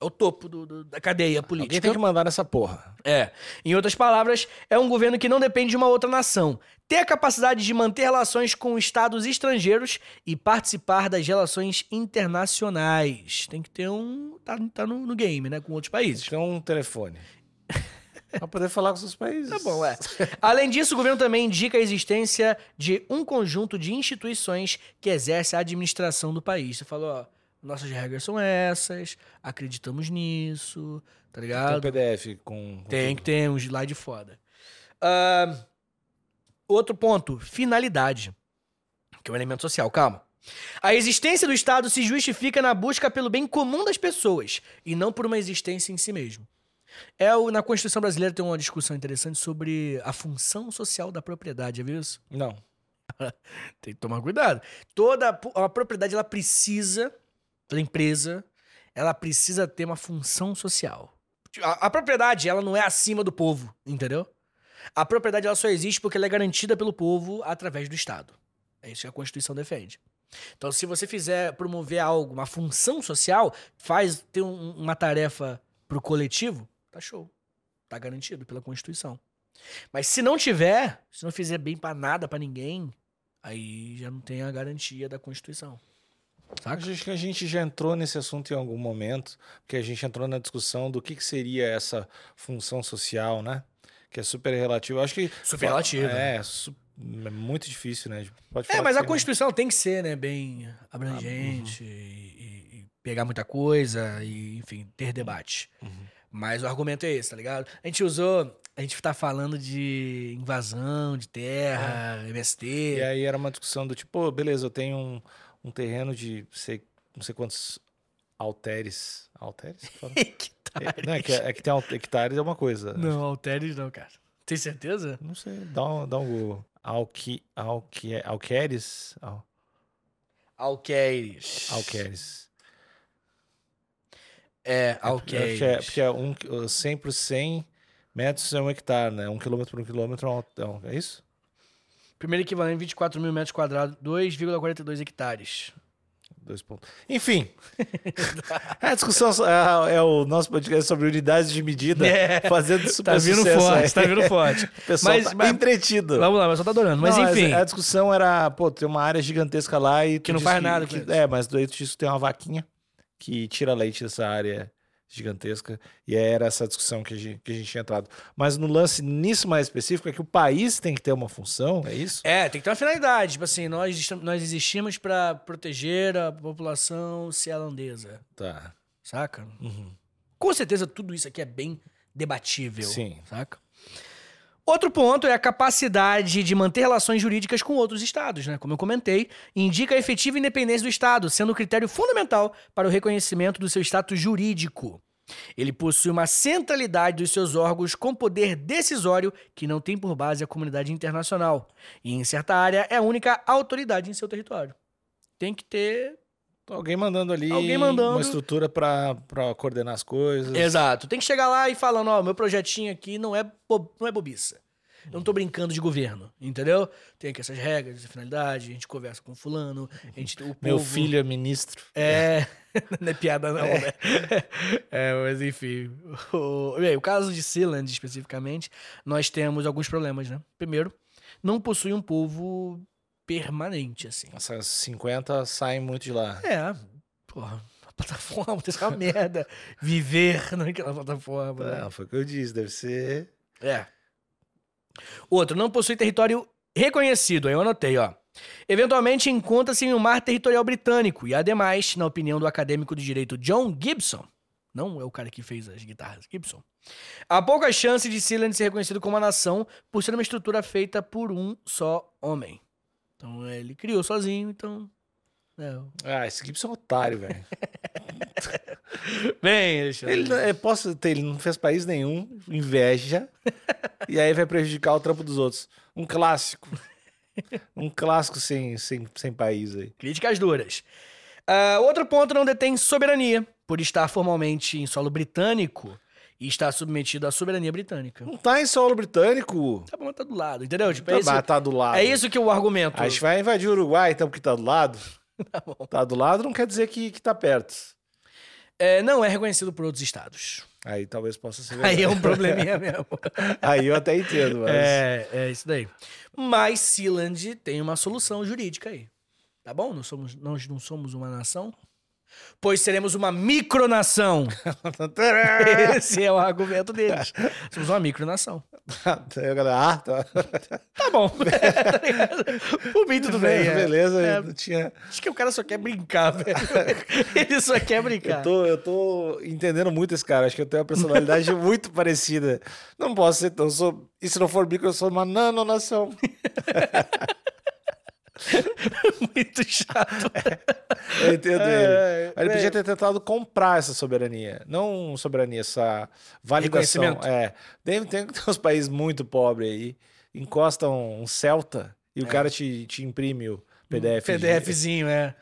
Speaker 2: É o topo do- do- da cadeia política.
Speaker 1: Alguém tem que mandar nessa porra.
Speaker 2: É. Em outras palavras, é um governo que não depende de uma outra nação. Ter a capacidade de manter relações com estados estrangeiros e participar das relações internacionais. Tem que ter um. Tá, tá no, no game, né? Com outros países.
Speaker 1: Tem um telefone. pra poder falar com seus países.
Speaker 2: Tá bom, é. Além disso, o governo também indica a existência de um conjunto de instituições que exerce a administração do país. Você falou, ó, nossas regras são essas, acreditamos nisso, tá
Speaker 1: Tem um
Speaker 2: ligado?
Speaker 1: PDF com. com
Speaker 2: Tem que ter um slide foda. Ah, outro ponto, finalidade, que é um elemento social, calma. A existência do Estado se justifica na busca pelo bem comum das pessoas e não por uma existência em si mesmo. É o, na Constituição Brasileira tem uma discussão interessante sobre a função social da propriedade, já viu isso?
Speaker 1: tudo. Não.
Speaker 2: Tem que tomar cuidado. Toda a pu- a propriedade ela precisa, toda empresa, ela precisa ter uma função social. Tipo, A, a propriedade ela não é acima do povo, entendeu? A propriedade ela só existe porque ela é garantida pelo povo através do Estado. É isso que a Constituição defende. Então, se você fizer promover algo, uma função social, faz ter um- uma tarefa pro coletivo, tá show. Tá garantido pela Constituição. Mas se não tiver, se não fizer bem pra nada, pra ninguém, aí já não tem a garantia da Constituição. Saca?
Speaker 1: Acho que a gente já entrou nesse assunto em algum momento, porque a gente entrou na discussão do que, que seria essa função social, né? Que é super relativo. Acho que.
Speaker 2: Superlativo,
Speaker 1: É, su- é muito difícil, né? Pode
Speaker 2: né? É,
Speaker 1: falar que Ah,
Speaker 2: mas
Speaker 1: uhum.
Speaker 2: a
Speaker 1: tem-
Speaker 2: Constituição tem que ser, né, bem abrangente e, e- e pegar muita coisa e, enfim, ter debate.
Speaker 1: Uhum.
Speaker 2: Mas o argumento é esse, tá ligado? A gente usou, a gente tá falando de invasão de terra, MST.
Speaker 1: É. E aí era uma discussão do tipo, pô, beleza, eu tenho um, um terreno de sei, não sei quantos alteres. Alteres? que fala? É, não, é, que, é que tem al- hectares é uma coisa.
Speaker 2: Não, Alteres não, cara. Tem certeza?
Speaker 1: Não sei, dá um, dá um Google. Alqui, alqui, alqueres? Al-
Speaker 2: Alqueires.
Speaker 1: Alqueres. Porque é- Porque,
Speaker 2: É,
Speaker 1: é,
Speaker 2: Alqueires.
Speaker 1: porque é um, qui- uh, 100 por 100 metros é um hectare, né? Um quilômetro por um quilômetro é um, é um- é isso?
Speaker 2: Primeiro equivalente 24 mil metros quadrados, 2,42 hectares.
Speaker 1: Dois pontos. Enfim. a discussão so- é, é o nosso podcast sobre unidades de medida.
Speaker 2: É,
Speaker 1: Fazendo super
Speaker 2: Tá vindo
Speaker 1: sucesso aí.
Speaker 2: forte, tá vindo forte.
Speaker 1: O pessoal
Speaker 2: Mas-
Speaker 1: tá
Speaker 2: mas-
Speaker 1: entretido.
Speaker 2: Vamos lá, mas só tá adorando. Mas
Speaker 1: Não, a-
Speaker 2: enfim.
Speaker 1: A discussão era, pô, tem uma área gigantesca lá e. tu
Speaker 2: Que não
Speaker 1: diz
Speaker 2: faz nada com isso.
Speaker 1: é, mas do jeito disso tem uma vaquinha que tira leite dessa área gigantesca. E era essa discussão que a gente, que a gente tinha entrado. Mas no lance nisso mais específico é que o país tem que ter uma função, é isso?
Speaker 2: É, tem que ter uma finalidade. Tipo assim, nós, estam- nós existimos pra proteger a população celandesa,
Speaker 1: Tá.
Speaker 2: saca?
Speaker 1: Uhum.
Speaker 2: Com certeza tudo isso aqui é bem debatível,
Speaker 1: Sim.
Speaker 2: saca? Outro ponto é a capacidade de manter relações jurídicas com outros estados, né? Como eu comentei, indica a efetiva independência do estado, sendo um critério fundamental para o reconhecimento do seu status jurídico. Ele possui uma centralidade dos seus órgãos com poder decisório que não tem por base a comunidade internacional. E em certa área é a única autoridade em seu território. Tem que ter
Speaker 1: Então, alguém mandando ali
Speaker 2: Alguém mandando. É
Speaker 1: uma estrutura pra, pra coordenar as coisas.
Speaker 2: Exato. Tem que chegar lá e falando, ó, meu projetinho aqui não é, bo- não é bobiça. Eu não tô brincando de governo, entendeu? Tem aqui essas regras, essa finalidade, a gente conversa com fulano, a gente, o
Speaker 1: Meu
Speaker 2: povo-
Speaker 1: filho é ministro.
Speaker 2: É, não é piada não, né? É, mas enfim. O, bem, o caso de Sealand, especificamente, nós temos alguns problemas, né? Primeiro, não possui um povo permanente, assim.
Speaker 1: Essas 50 saem muito de lá.
Speaker 2: É, porra, a plataforma, isso é uma merda. Viver naquela plataforma, né?
Speaker 1: Não, foi o que eu disse, deve ser.
Speaker 2: É. Outro, não possui território reconhecido. Aí eu anotei, ó. Eventualmente encontra-se em um mar territorial britânico e, ademais, na opinião do acadêmico de direito John Gibson, não é o cara que fez as guitarras, Gibson, há pouca chance de Sealand ser reconhecido como uma nação por ser uma estrutura feita por um só homem. Então, ele criou sozinho, então... é.
Speaker 1: Ah, esse Gibson é um otário, velho.
Speaker 2: Bem,
Speaker 1: Ele, não- é, posso ter, ele não fez país nenhum, inveja, e aí vai prejudicar o trampo dos outros. Um clássico. Um clássico sem, sem, sem país aí.
Speaker 2: Críticas duras. Ah, outro ponto não detém soberania, por estar formalmente em solo britânico e estar submetido à soberania britânica.
Speaker 1: Não tá em solo britânico.
Speaker 2: Tá bom, tá do lado, entendeu? Tipo,
Speaker 1: tá,
Speaker 2: é, isso,
Speaker 1: tá do lado.
Speaker 2: é isso que o argumento.
Speaker 1: A gente vai invadir o Uruguai, então, porque tá do lado.
Speaker 2: Tá bom.
Speaker 1: Tá do lado não quer dizer que, que tá perto.
Speaker 2: É, não é reconhecido por outros estados.
Speaker 1: Aí talvez possa ser.
Speaker 2: Aí
Speaker 1: verdade.
Speaker 2: é um probleminha mesmo.
Speaker 1: Aí eu até entendo, mas.
Speaker 2: É, é isso daí. Mas Sealand tem uma solução jurídica aí. Tá bom? Não somos, nós não somos uma nação? Pois seremos uma micronação. Esse é o argumento deles. Somos uma micronação.
Speaker 1: Aí a galera, ah, tá.
Speaker 2: Tá bom. Tá ligado? Por mim, tudo bem. é.
Speaker 1: Beleza,
Speaker 2: É.
Speaker 1: eu não tinha.
Speaker 2: Acho que o cara só quer brincar, velho. Ele só quer
Speaker 1: Eu
Speaker 2: brincar.
Speaker 1: tô, eu tô entendendo muito esse cara. Acho que eu tenho uma personalidade muito parecida. Não posso ser. Eu sou, e se não for micro, eu sou uma nanonação.
Speaker 2: Muito chato.
Speaker 1: Eu entendo ele.
Speaker 2: É,
Speaker 1: Mas ele
Speaker 2: é.
Speaker 1: podia ter tentado comprar essa soberania. Não soberania, essa validação.
Speaker 2: Reconhecimento.
Speaker 1: É. Tem, tem, tem uns países muito pobres aí. Encosta um, um Celta e o cara te, te imprime o PDF. de-
Speaker 2: PDFzinho, é.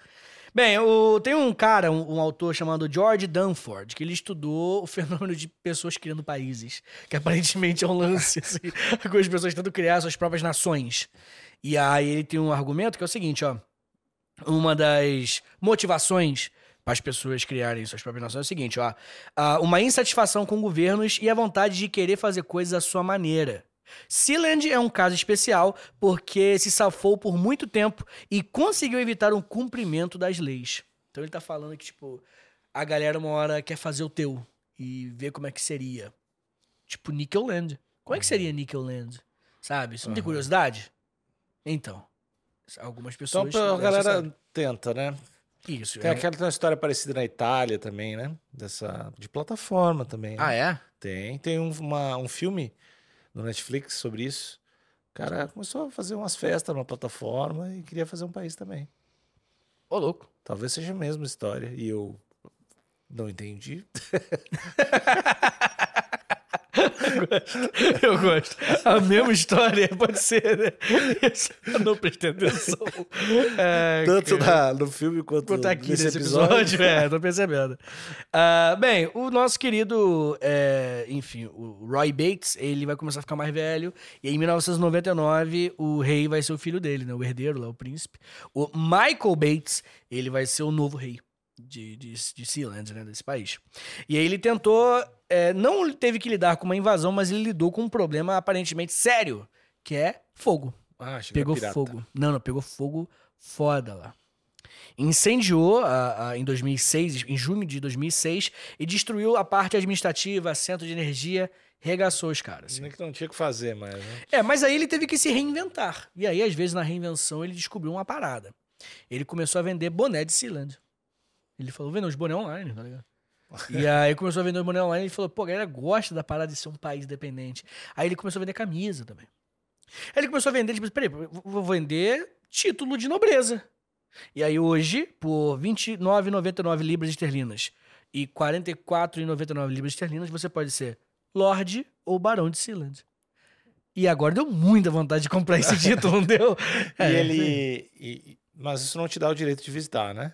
Speaker 2: Bem, o- tem um cara, um, um autor chamado George Dunford, que ele estudou o fenômeno de pessoas criando países, que aparentemente é um lance, assim, algumas pessoas tentando criar suas próprias nações. E aí ele tem um argumento que é o seguinte, ó. Uma das motivações para as pessoas criarem suas próprias nações é o seguinte, ó. Ah, Uma insatisfação com governos e a vontade de querer fazer coisas à sua maneira. Sealand é um caso especial porque se safou por muito tempo e conseguiu evitar o cumprimento das leis. Então ele tá falando que, tipo, a galera uma hora quer fazer o teu e ver como é que seria. Tipo, Nickel Land. Como é que seria Nickel Land? Sabe? Você não tem
Speaker 1: Aham.
Speaker 2: curiosidade? Então, algumas pessoas...
Speaker 1: Então a
Speaker 2: dessa
Speaker 1: galera tenta, né?
Speaker 2: sabe. Isso.
Speaker 1: Tem
Speaker 2: é-
Speaker 1: aquela tem uma história parecida na Itália também, né? Dessa, de plataforma também. né?
Speaker 2: Ah, é?
Speaker 1: Tem. Tem um, uma- um filme no Netflix sobre isso. O cara começou a fazer umas festas numa plataforma e queria fazer um país também.
Speaker 2: Ô, louco.
Speaker 1: Talvez seja a mesma história. E eu não entendi.
Speaker 2: Eu gosto. A mesma história, pode ser, né? Eu não prestei atenção. É,
Speaker 1: Tanto
Speaker 2: cara.
Speaker 1: na- no filme quanto,
Speaker 2: Vou botar aqui
Speaker 1: nesse
Speaker 2: nesse episódio. É, tô percebendo. Ah, bem, o nosso querido, é, enfim, o Roy Bates, ele vai começar a ficar mais velho. E em 1999, o rei vai ser o filho dele, né? O herdeiro lá, o príncipe. O Michael Bates, ele vai ser o novo rei de, de, de Sealand, né? Desse país. E aí ele tentou... é, não teve que lidar com uma invasão, mas ele lidou com um problema aparentemente sério, que é fogo.
Speaker 1: Ah, chega
Speaker 2: Pegou
Speaker 1: pirata.
Speaker 2: fogo. Não, não, pegou fogo foda lá. Incendiou a- a- em 2006, em junho de 2006, e destruiu a parte administrativa, centro de energia, regaçou os caras.
Speaker 1: Não é que não tinha o que fazer, mas. né?
Speaker 2: É, mas aí ele teve que se reinventar. E aí, às vezes, na reinvenção, ele descobriu uma parada. Ele começou a vender boné de Sealand. Ele falou, vendo os boné online, tá ligado? E aí começou a vender os boné online e falou, pô, a galera gosta da parada de ser um país independente. Aí ele começou a vender camisa também. Aí ele começou a vender, tipo, peraí, eu vou vender título de nobreza. E aí hoje, por R$ 29,99 libras esterlinas e R$ 44,99 libras esterlinas, você pode ser Lorde ou Barão de Sealand. E agora deu muita vontade de comprar esse título, não deu? É,
Speaker 1: e ele. e- e- mas isso não te dá o direito de visitar, né?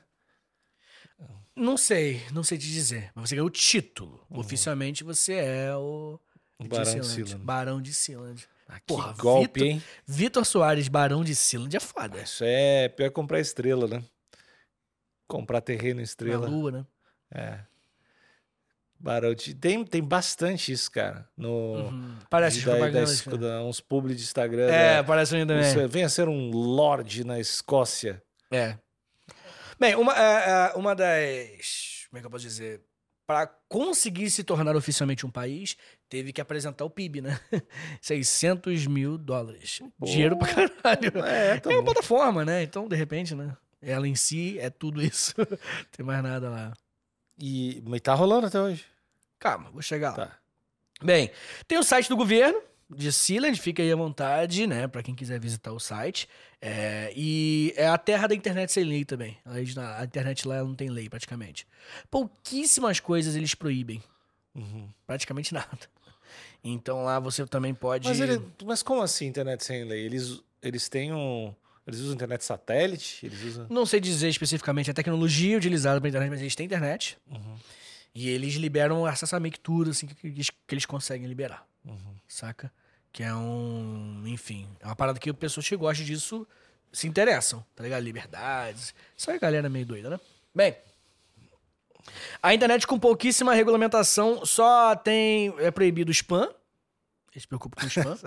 Speaker 2: Não sei, não sei te dizer. Mas você ganhou o título. Oficialmente você é o...
Speaker 1: O
Speaker 2: de
Speaker 1: Um Barão de
Speaker 2: Sealand.
Speaker 1: Sealand.
Speaker 2: Barão de Sealand.
Speaker 1: Ah, que
Speaker 2: Porra,
Speaker 1: golpe,
Speaker 2: Vitor-
Speaker 1: hein?
Speaker 2: Vitor Soares, Barão de Sealand é foda.
Speaker 1: Isso é pior que comprar estrela, né? Comprar terreno em
Speaker 2: Na
Speaker 1: estrela.
Speaker 2: lua, né?
Speaker 1: Barão de... tem, tem bastante isso, cara. No...
Speaker 2: Uhum.
Speaker 1: de-
Speaker 2: Parece as
Speaker 1: da- da
Speaker 2: propagandas,
Speaker 1: esco-
Speaker 2: né?
Speaker 1: da- uns publi de Instagram. né.
Speaker 2: É,
Speaker 1: da-
Speaker 2: parece ainda também.
Speaker 1: Você venha ser um lorde na Escócia.
Speaker 2: É. Bem, uma, é, é, uma das. Como é que eu posso dizer? Para conseguir se tornar oficialmente um país, teve que apresentar o PIB, né? 600 mil dólares.
Speaker 1: Boa.
Speaker 2: Dinheiro pra caralho.
Speaker 1: É, tá
Speaker 2: É uma
Speaker 1: bom.
Speaker 2: plataforma, né? Então, de repente, né? Ela em si é tudo isso. Tem mais nada lá.
Speaker 1: E, mas tá rolando até hoje.
Speaker 2: Calma, vou chegar lá.
Speaker 1: Tá.
Speaker 2: Bem, tem o site do governo de Sealand, fica aí à vontade, né, Pra quem quiser visitar o site. É, e é a terra da internet sem lei também. Ela- A internet lá não tem lei praticamente. Pouquíssimas coisas eles proíbem,
Speaker 1: Uhum.
Speaker 2: praticamente nada. Então lá você também pode.
Speaker 1: Mas, ele- mas como assim, internet sem lei? Eles, eles têm um. Eles usam internet satélite? Eles usam.
Speaker 2: Não sei dizer especificamente a tecnologia utilizada pra internet, mas eles têm internet.
Speaker 1: Uhum,
Speaker 2: E eles liberam acesso a meio que tudo assim, que- que eles- que eles conseguem liberar.
Speaker 1: uhum.
Speaker 2: saca? Que é um. Enfim, é uma parada que pessoas que gostam disso é se interessam, tá ligado? Liberdades. Só a galera meio doida, né? Bem, A internet com pouquíssima regulamentação só tem. É proibido spam. Ele se preocupa com spam.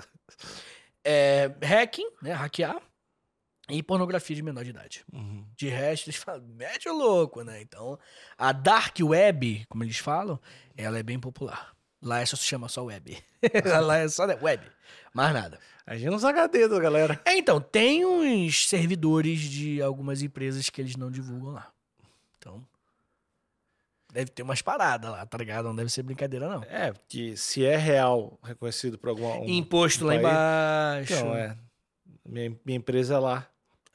Speaker 2: é, hacking, né? Hackear. E pornografia de menor de idade.
Speaker 1: Uhum.
Speaker 2: De resto, eles falam, mete o louco, né? Então, a Dark Web, como eles falam, ela é bem popular. Lá é só se chama só web. Lá é só web. Mais nada.
Speaker 1: Imagina os HD da galera.
Speaker 2: É, então, tem uns servidores de algumas empresas que eles não divulgam lá. Então, deve ter umas paradas lá, tá ligado? Não deve ser brincadeira, não.
Speaker 1: É, porque se é real, reconhecido por alguma. um-
Speaker 2: Imposto lá
Speaker 1: país-
Speaker 2: embaixo.
Speaker 1: Então, é. Minha, minha empresa é lá.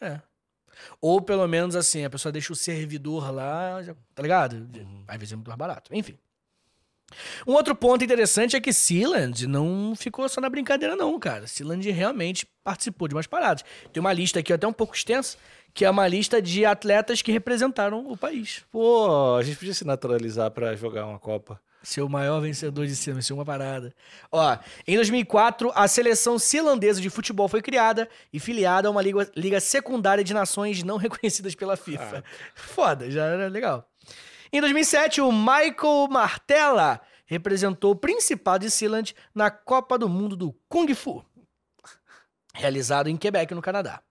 Speaker 2: É. Ou pelo menos assim, a pessoa deixa o servidor lá, já- tá ligado? De- Às vezes é muito mais barato. Enfim. Um outro ponto interessante é que Sealand não ficou só na brincadeira, não, cara. Sealand realmente participou de umas paradas. Tem uma lista aqui, até um pouco extensa, que é uma lista de atletas que representaram o país.
Speaker 1: Pô, a gente podia se naturalizar pra jogar uma Copa.
Speaker 2: Ser o maior vencedor de Sealand, ser uma parada. Ó, em 2004, a seleção selandesa de futebol foi criada e filiada a uma liga, liga secundária de nações não reconhecidas pela FIFA. Foda, já era legal. Em 2007, o Michael Martella representou o Principado de Sealand na Copa do Mundo do Kung Fu, realizado em Quebec, no Canadá.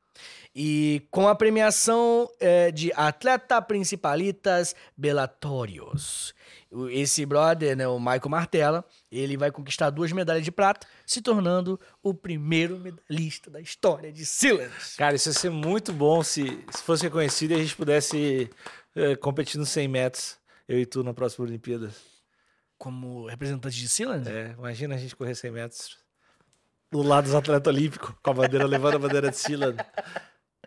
Speaker 2: E com a premiação eh, de Atleta Principalitas Bellatorios. O- Esse brother, né, o Michael Martella, ele vai conquistar duas medalhas de prata, se tornando o primeiro medalhista da história de Sealand.
Speaker 1: Cara, isso ia ser muito bom se, se fosse reconhecido e a gente pudesse eh, competir nos 100 metros. Eu e tu na próxima Olimpíada.
Speaker 2: Como representante de Sealand?
Speaker 1: É, imagina a gente correr 100 metros do lado dos atletas olímpicos, com a bandeira levando a bandeira de Sila.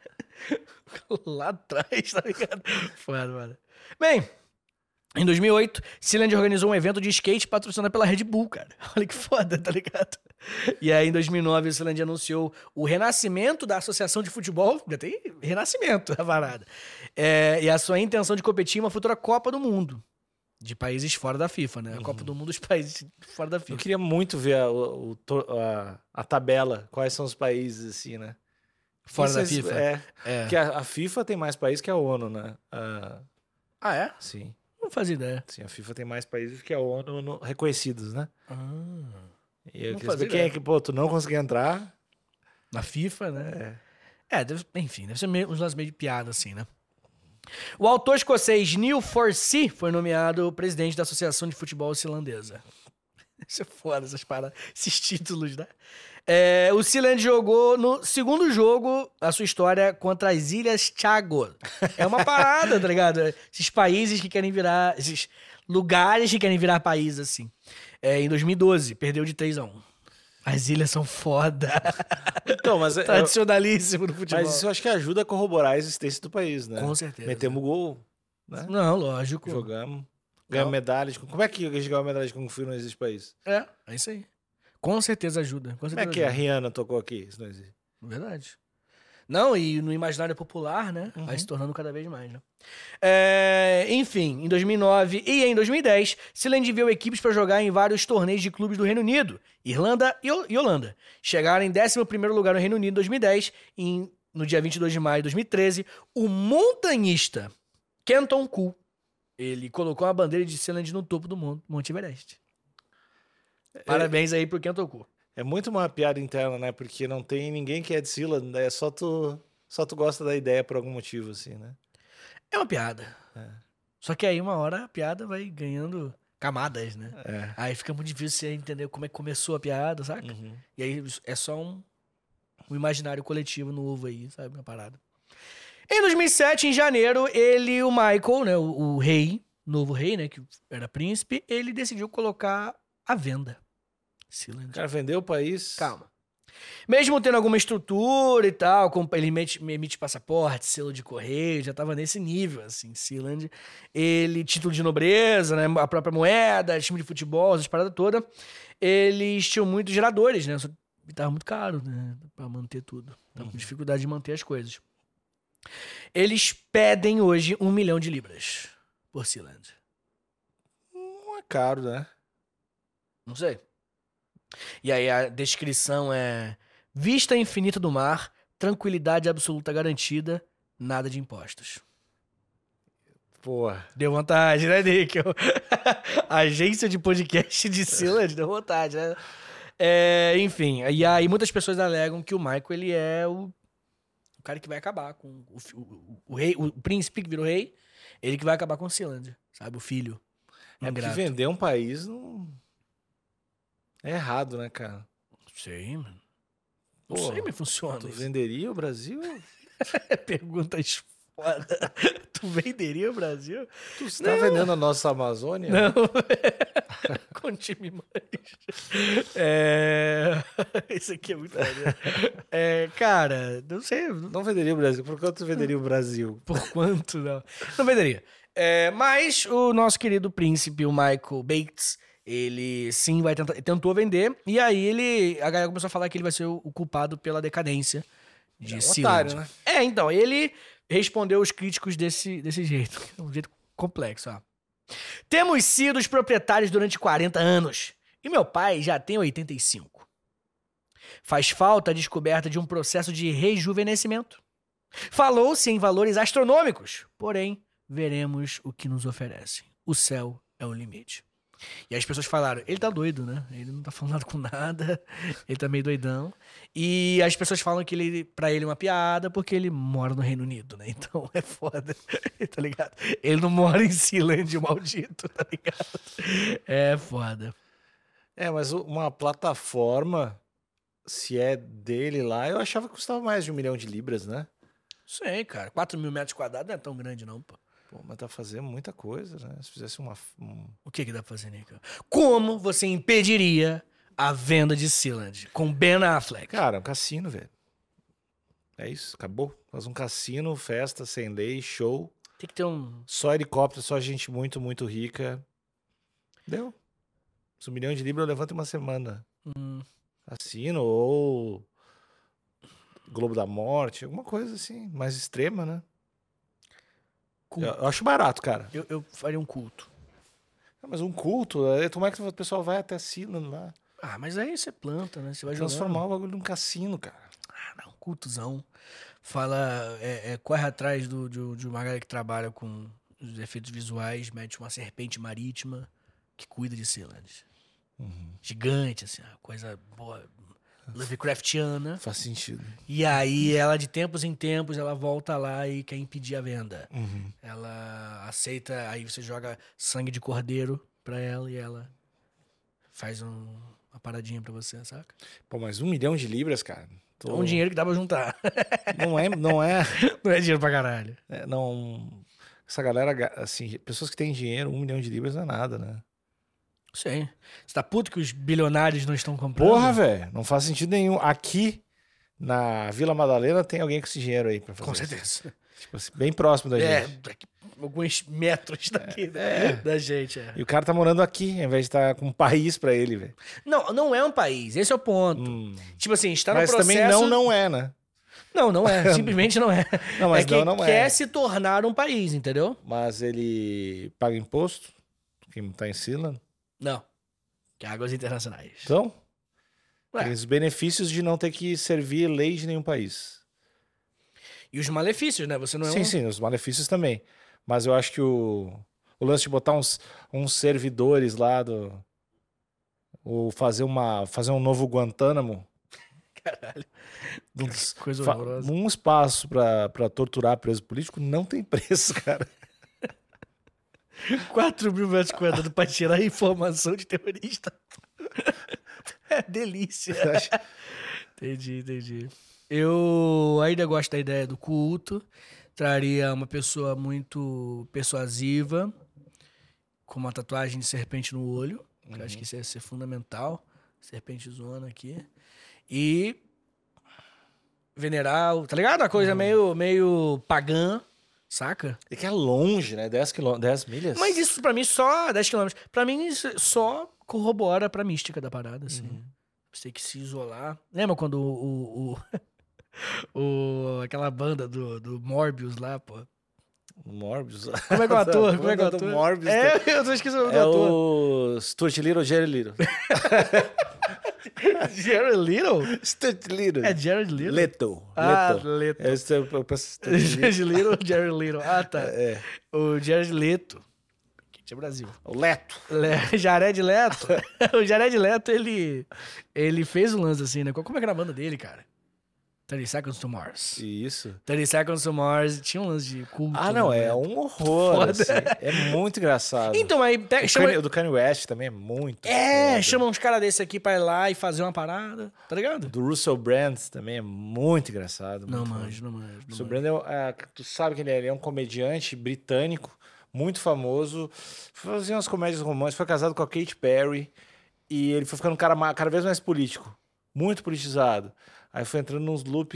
Speaker 2: lá atrás, tá ligado? Foda, mano. Bem, em 2008, Sealand organizou um evento de skate patrocinado pela Red Bull, cara. Olha que foda, tá ligado? E aí, em 2009, o Sealand anunciou o renascimento da Associação de Futebol. Ainda tem renascimento, a varada. É, e a sua intenção de competir em uma futura Copa do Mundo. De países fora da FIFA, né? A Copa do Mundo dos países fora da
Speaker 1: Eu
Speaker 2: FIFA.
Speaker 1: queria muito ver a, o- o to- a- a tabela, quais são os países, assim, né?
Speaker 2: Fora da
Speaker 1: Isso é-
Speaker 2: FIFA.
Speaker 1: É,
Speaker 2: É.
Speaker 1: porque a, a FIFA tem mais países que a ONU, né? Ah,
Speaker 2: Ah, é?
Speaker 1: sim,
Speaker 2: Não fazia ideia.
Speaker 1: sim, a FIFA tem mais países que a ONU no- reconhecidos, né?
Speaker 2: Ah.
Speaker 1: E eu queria
Speaker 2: Não
Speaker 1: saber
Speaker 2: fazia
Speaker 1: quem é
Speaker 2: ideia.
Speaker 1: que, pô, tu não conseguiu entrar.
Speaker 2: Na FIFA, né?
Speaker 1: É.
Speaker 2: É, deve- enfim, deve ser meio, uns lances meio de piada, assim, né? O autor escocês Neil Forsey foi nomeado presidente da Associação de Futebol Islandesa. Isso é foda, essas paradas, esses títulos, né? É, o Sealand jogou no segundo jogo a sua história contra as Ilhas Chagos. É uma parada, tá ligado? Esses países que querem virar... Esses lugares que querem virar países, assim. É, em 2012, perdeu de 3 a 1 As ilhas são foda.
Speaker 1: Então, mas, eu-
Speaker 2: Tradicionalíssimo no futebol.
Speaker 1: mas isso eu acho que ajuda a corroborar a existência do país, né?
Speaker 2: Com certeza.
Speaker 1: Metemos gol, né?
Speaker 2: é Não, lógico.
Speaker 1: Jogamos. Ganhamos medalha. de- Como é que a gente ganhou a medalha de Kung Fu e não existe país?
Speaker 2: É, é isso aí. Com certeza ajuda. Com
Speaker 1: Como é
Speaker 2: certeza
Speaker 1: que a
Speaker 2: ajuda.
Speaker 1: Rihanna tocou aqui? Isso não existe.
Speaker 2: Verdade. Não, e no imaginário popular, né?
Speaker 1: Uhum.
Speaker 2: Vai se tornando cada vez mais, né? É, enfim, em 2009 e em 2010, Sealand viu equipes para jogar em vários torneios de clubes do Reino Unido, Irlanda e, Ho- e Holanda. Chegaram em 11º lugar no Reino Unido em 2010 e em- no dia 22 de maio de 2013, o montanhista Kenton Cool, ele colocou a bandeira de Sealand no topo do mon- Monte Everest. Parabéns aí pro Kenton Cool.
Speaker 1: É muito uma piada interna, né? Porque não tem ninguém que é de Sila, né? é só tu, só tu gosta da ideia por algum motivo, assim, né?
Speaker 2: É uma piada.
Speaker 1: É.
Speaker 2: Só que aí, uma hora, a piada vai ganhando camadas, né?
Speaker 1: É.
Speaker 2: Aí fica muito difícil você entender como é que começou a piada, saca?
Speaker 1: Uhum.
Speaker 2: E aí isso é só um, um imaginário coletivo novo aí, sabe? Uma parada. Em 2007, em janeiro, ele, o Michael, né? O, o rei, novo rei, né? Que era príncipe, ele decidiu colocar à venda. Silêncio.
Speaker 1: O cara vendeu o país.
Speaker 2: Calma. Mesmo tendo alguma estrutura e tal, com- ele emite, emite passaporte, selo de correio, já tava nesse nível, assim, Sealand. Ele, título de nobreza, né, a própria moeda, time de futebol, essas paradas todas. Eles tinham muitos geradores, né, só que tava muito caro, né, pra manter tudo. Tava com dificuldade de manter as coisas. Eles pedem hoje um milhão de libras por Sealand.
Speaker 1: Não é caro, né?
Speaker 2: Não sei. E aí a descrição é: vista infinita do mar, tranquilidade absoluta garantida, nada de impostos.
Speaker 1: Porra.
Speaker 2: Deu vontade, né, Níquel? Agência de podcast de Silas deu vontade, né? É, enfim, e aí muitas pessoas alegam que o Michael ele é o, o cara que vai acabar com o, fi- o- o- o rei, o príncipe que virou rei, ele que vai acabar com o Sealand, sabe? O filho.
Speaker 1: É porque
Speaker 2: Ingrato.
Speaker 1: vender um país não. É errado, né, cara?
Speaker 2: Sei, mano. Não
Speaker 1: Pô,
Speaker 2: sei, mas funciona.
Speaker 1: Tu
Speaker 2: isso.
Speaker 1: venderia o Brasil?
Speaker 2: Perguntas foda. tu venderia o Brasil?
Speaker 1: Tu está vendendo a nossa Amazônia?
Speaker 2: Não. Conte-me mais. É... Isso aqui é muito maneiro. É, cara, não sei. não-
Speaker 1: Não venderia o Brasil. Por que tu venderia o Brasil?
Speaker 2: Por quanto, não. Não venderia. É, mas o nosso querido príncipe, o Michael Bates, ele sim vai tentar, tentou vender. E aí ele. A galera começou a falar que ele vai ser o, o culpado pela decadência de
Speaker 1: É um
Speaker 2: Sealand.
Speaker 1: otário, né?
Speaker 2: É, então, ele respondeu os críticos desse, desse jeito. Um jeito complexo, ó. Temos sido os proprietários durante 40 anos. E meu pai já tem 85. Faz falta a descoberta de um processo de rejuvenescimento. Falou-se em valores astronômicos, porém, veremos o que nos oferecem. O céu é o limite. E as pessoas falaram, ele tá doido, né? Ele não tá falando com nada, ele tá meio doidão. E as pessoas falam que ele, pra ele é uma piada, porque ele mora no Reino Unido, né? Então é foda, tá ligado? Ele não mora em Sealand, o maldito, tá ligado? É foda.
Speaker 1: É, mas o- uma plataforma, se é dele lá, eu achava que custava mais de um milhão de libras, né?
Speaker 2: Sei, cara. 4 mil metros quadrados não é tão grande, não, pô.
Speaker 1: Pô, mas tá fazendo muita coisa, né? Se fizesse uma. f- um-
Speaker 2: O que, que dá pra fazer, Nico? Como você impediria a venda de Sealand com Ben Affleck?
Speaker 1: Cara, um cassino, velho. É isso, acabou. Faz um cassino, festa, sem lei, show.
Speaker 2: Tem que ter um.
Speaker 1: Só helicóptero, só gente muito, muito rica. Deu. Se um milhão de libras eu levanto em uma semana.
Speaker 2: um-
Speaker 1: Cassino ou. Globo da Morte, alguma coisa assim, mais extrema, né?
Speaker 2: culto.
Speaker 1: Eu, eu acho barato, cara.
Speaker 2: Eu, eu faria um culto.
Speaker 1: Ah, mas um culto, é, como é que o pessoal vai até Silan lá?
Speaker 2: Ah, mas aí você planta, né? Você vai
Speaker 1: Transformar
Speaker 2: transformar.
Speaker 1: o bagulho num cassino, cara.
Speaker 2: Ah, não. Cultozão. Fala. é- é, corre atrás do, de, de uma galera que trabalha com os efeitos visuais, mete uma serpente marítima que cuida de Sealand.
Speaker 1: Uhum.
Speaker 2: Gigante, assim, uma coisa boa. Lovecraftiana.
Speaker 1: Faz sentido.
Speaker 2: E aí, ela de tempos em tempos, ela volta lá e quer impedir a venda.
Speaker 1: Uhum.
Speaker 2: Ela aceita, aí você joga sangue de cordeiro pra ela e ela faz um- uma paradinha pra você, saca?
Speaker 1: Pô, mas um milhão de libras, cara.
Speaker 2: É
Speaker 1: Tô-
Speaker 2: um dinheiro que dá pra juntar.
Speaker 1: Não é, não é,
Speaker 2: Não é dinheiro pra caralho.
Speaker 1: é, não. Essa galera, ga- assim, pessoas que têm dinheiro, um milhão de libras não é nada, né?
Speaker 2: Sim. Você tá puto que os bilionários não estão comprando?
Speaker 1: Porra, velho, não faz sentido nenhum. Aqui na Vila Madalena tem alguém com esse dinheiro aí pra fazer.
Speaker 2: Com
Speaker 1: isso.
Speaker 2: certeza.
Speaker 1: Tipo assim, bem próximo da
Speaker 2: É,
Speaker 1: gente.
Speaker 2: daqui alguns metros daqui
Speaker 1: é.
Speaker 2: da- da gente, é.
Speaker 1: E o cara tá morando aqui, ao invés de estar com um país pra ele, velho.
Speaker 2: Não, não é um país, esse é o ponto.
Speaker 1: Hum.
Speaker 2: Tipo assim, está no
Speaker 1: Mas
Speaker 2: processo...
Speaker 1: também não, não é, né?
Speaker 2: Não, não é. Simplesmente não é.
Speaker 1: Não, mas
Speaker 2: é que
Speaker 1: não, não
Speaker 2: quer
Speaker 1: é.
Speaker 2: se tornar um país, entendeu?
Speaker 1: Mas ele paga imposto, quem tá em Sila.
Speaker 2: Não. Que é águas internacionais.
Speaker 1: Então,
Speaker 2: Ué.
Speaker 1: tem os benefícios de não ter que servir lei de nenhum país.
Speaker 2: E os malefícios, né? Você não é
Speaker 1: sim,
Speaker 2: um...
Speaker 1: sim, os malefícios também. Mas eu acho que o, o lance de botar uns, uns servidores lá do. Ou fazer, uma, fazer um novo Guantánamo.
Speaker 2: Caralho.
Speaker 1: Uns-
Speaker 2: Coisa
Speaker 1: fa-
Speaker 2: horrorosa.
Speaker 1: um espaço pra pra torturar preso político não tem preço, cara.
Speaker 2: 4 mil metros quadrados pra tirar informação de terrorista. É delícia. Entendi, entendi. Eu ainda gosto da ideia do culto. Traria uma pessoa muito persuasiva, com uma tatuagem de serpente no olho. que eu acho que isso ia ser fundamental. Serpente zona aqui. E. Venerar, o- tá ligado? Uma coisa meio, meio pagã, saca?
Speaker 1: É que é longe, né? 10, quilô, 10 milhas.
Speaker 2: Mas isso pra mim só 10 km. Pra mim isso só corrobora pra mística da parada, assim.
Speaker 1: Uhum.
Speaker 2: Você tem que se isolar. Lembra quando o. o, o- o- aquela banda do, do Morbius lá, pô.
Speaker 1: Morbius.
Speaker 2: Como é que é o ator? Como é que é
Speaker 1: Banda
Speaker 2: o
Speaker 1: do
Speaker 2: ator?
Speaker 1: Morbius,
Speaker 2: é, eu tô esquecendo o nome
Speaker 1: É
Speaker 2: do ator.
Speaker 1: o Stuart Little, Jerry Little.
Speaker 2: Jared Little?
Speaker 1: Stuart Little.
Speaker 2: É Jared Little?
Speaker 1: Leto.
Speaker 2: Ah,
Speaker 1: Leto.
Speaker 2: Leto.
Speaker 1: Eu, eu, eu penso Stuart Little.
Speaker 2: Jared Little, Jared Little. Ah, tá.
Speaker 1: É.
Speaker 2: O Jared Leto. Que é Brasil.
Speaker 1: O Leto.
Speaker 2: Le... Jared Leto. o Jared Leto, ele... Ele fez um lance assim, né? Qual- Como é que era a banda dele, cara? 30 Seconds to Mars.
Speaker 1: Isso.
Speaker 2: 30 Seconds to Mars. Tinha um lance de culto.
Speaker 1: Ah, não,
Speaker 2: né?
Speaker 1: é um horror.
Speaker 2: Foda.
Speaker 1: assim. É muito engraçado.
Speaker 2: Então, aí pega,
Speaker 1: o,
Speaker 2: chama...
Speaker 1: Kanye, o do Kanye West também é muito.
Speaker 2: É,
Speaker 1: foda.
Speaker 2: chama uns caras desse aqui pra ir lá e fazer uma parada. Tá ligado?
Speaker 1: Do Russell Brand também é muito engraçado.
Speaker 2: Não
Speaker 1: muito foda.
Speaker 2: manjo, não manjo.
Speaker 1: O
Speaker 2: Não
Speaker 1: Russell
Speaker 2: manjo.
Speaker 1: Brand é, um- é, tu sabe que ele é, ele é um comediante britânico, muito famoso, fazia umas comédias românticas, foi casado com a Katy Perry e ele foi ficando um cara ma- cada vez mais político, muito politizado. Aí foi entrando nos loop,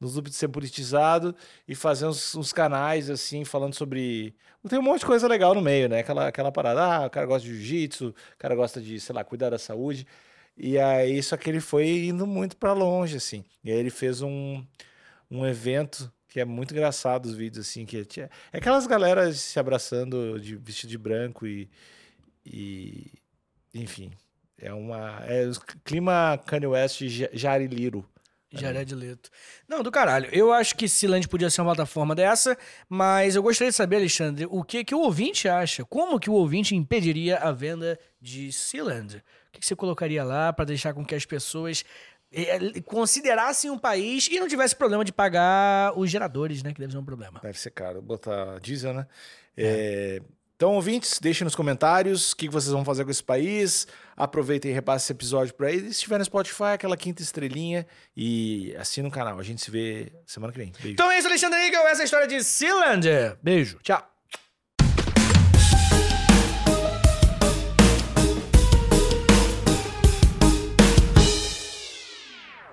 Speaker 1: nos loop de ser politizado e fazendo uns, uns canais assim, falando sobre. Tem um monte de coisa legal no meio, né? Aquela, aquela parada, ah, o cara gosta de jiu-jitsu, o cara gosta de, sei lá, cuidar da saúde. E aí, só que ele foi indo muito pra longe, assim. E aí ele fez um, um evento que é muito engraçado os vídeos, assim, que tinha... É aquelas galeras se abraçando de vestido de branco e... e enfim, é uma... É o clima Kanye West e Ja- Jari Liro.
Speaker 2: Jared Leto. Não, do caralho. Eu acho que Sealand podia ser uma plataforma dessa, mas eu gostaria de saber, Alexandre, o que, que o ouvinte acha? Como que o ouvinte impediria a venda de Sealand? O que, que você colocaria lá pra deixar com que as pessoas eh, considerassem um país e não tivesse problema de pagar os geradores, né? Que deve ser um problema.
Speaker 1: Deve ser caro botar diesel, né? É, Então, ouvintes, deixem nos comentários o que vocês vão fazer com esse país. Aproveitem e repassem esse episódio pra eles. Se estiver no Spotify, aquela quinta estrelinha. E assina o canal. A gente se vê semana que vem. Beijo.
Speaker 2: Então é isso, Alexandre Níquel. Essa é a história de Sealand. Beijo. Tchau.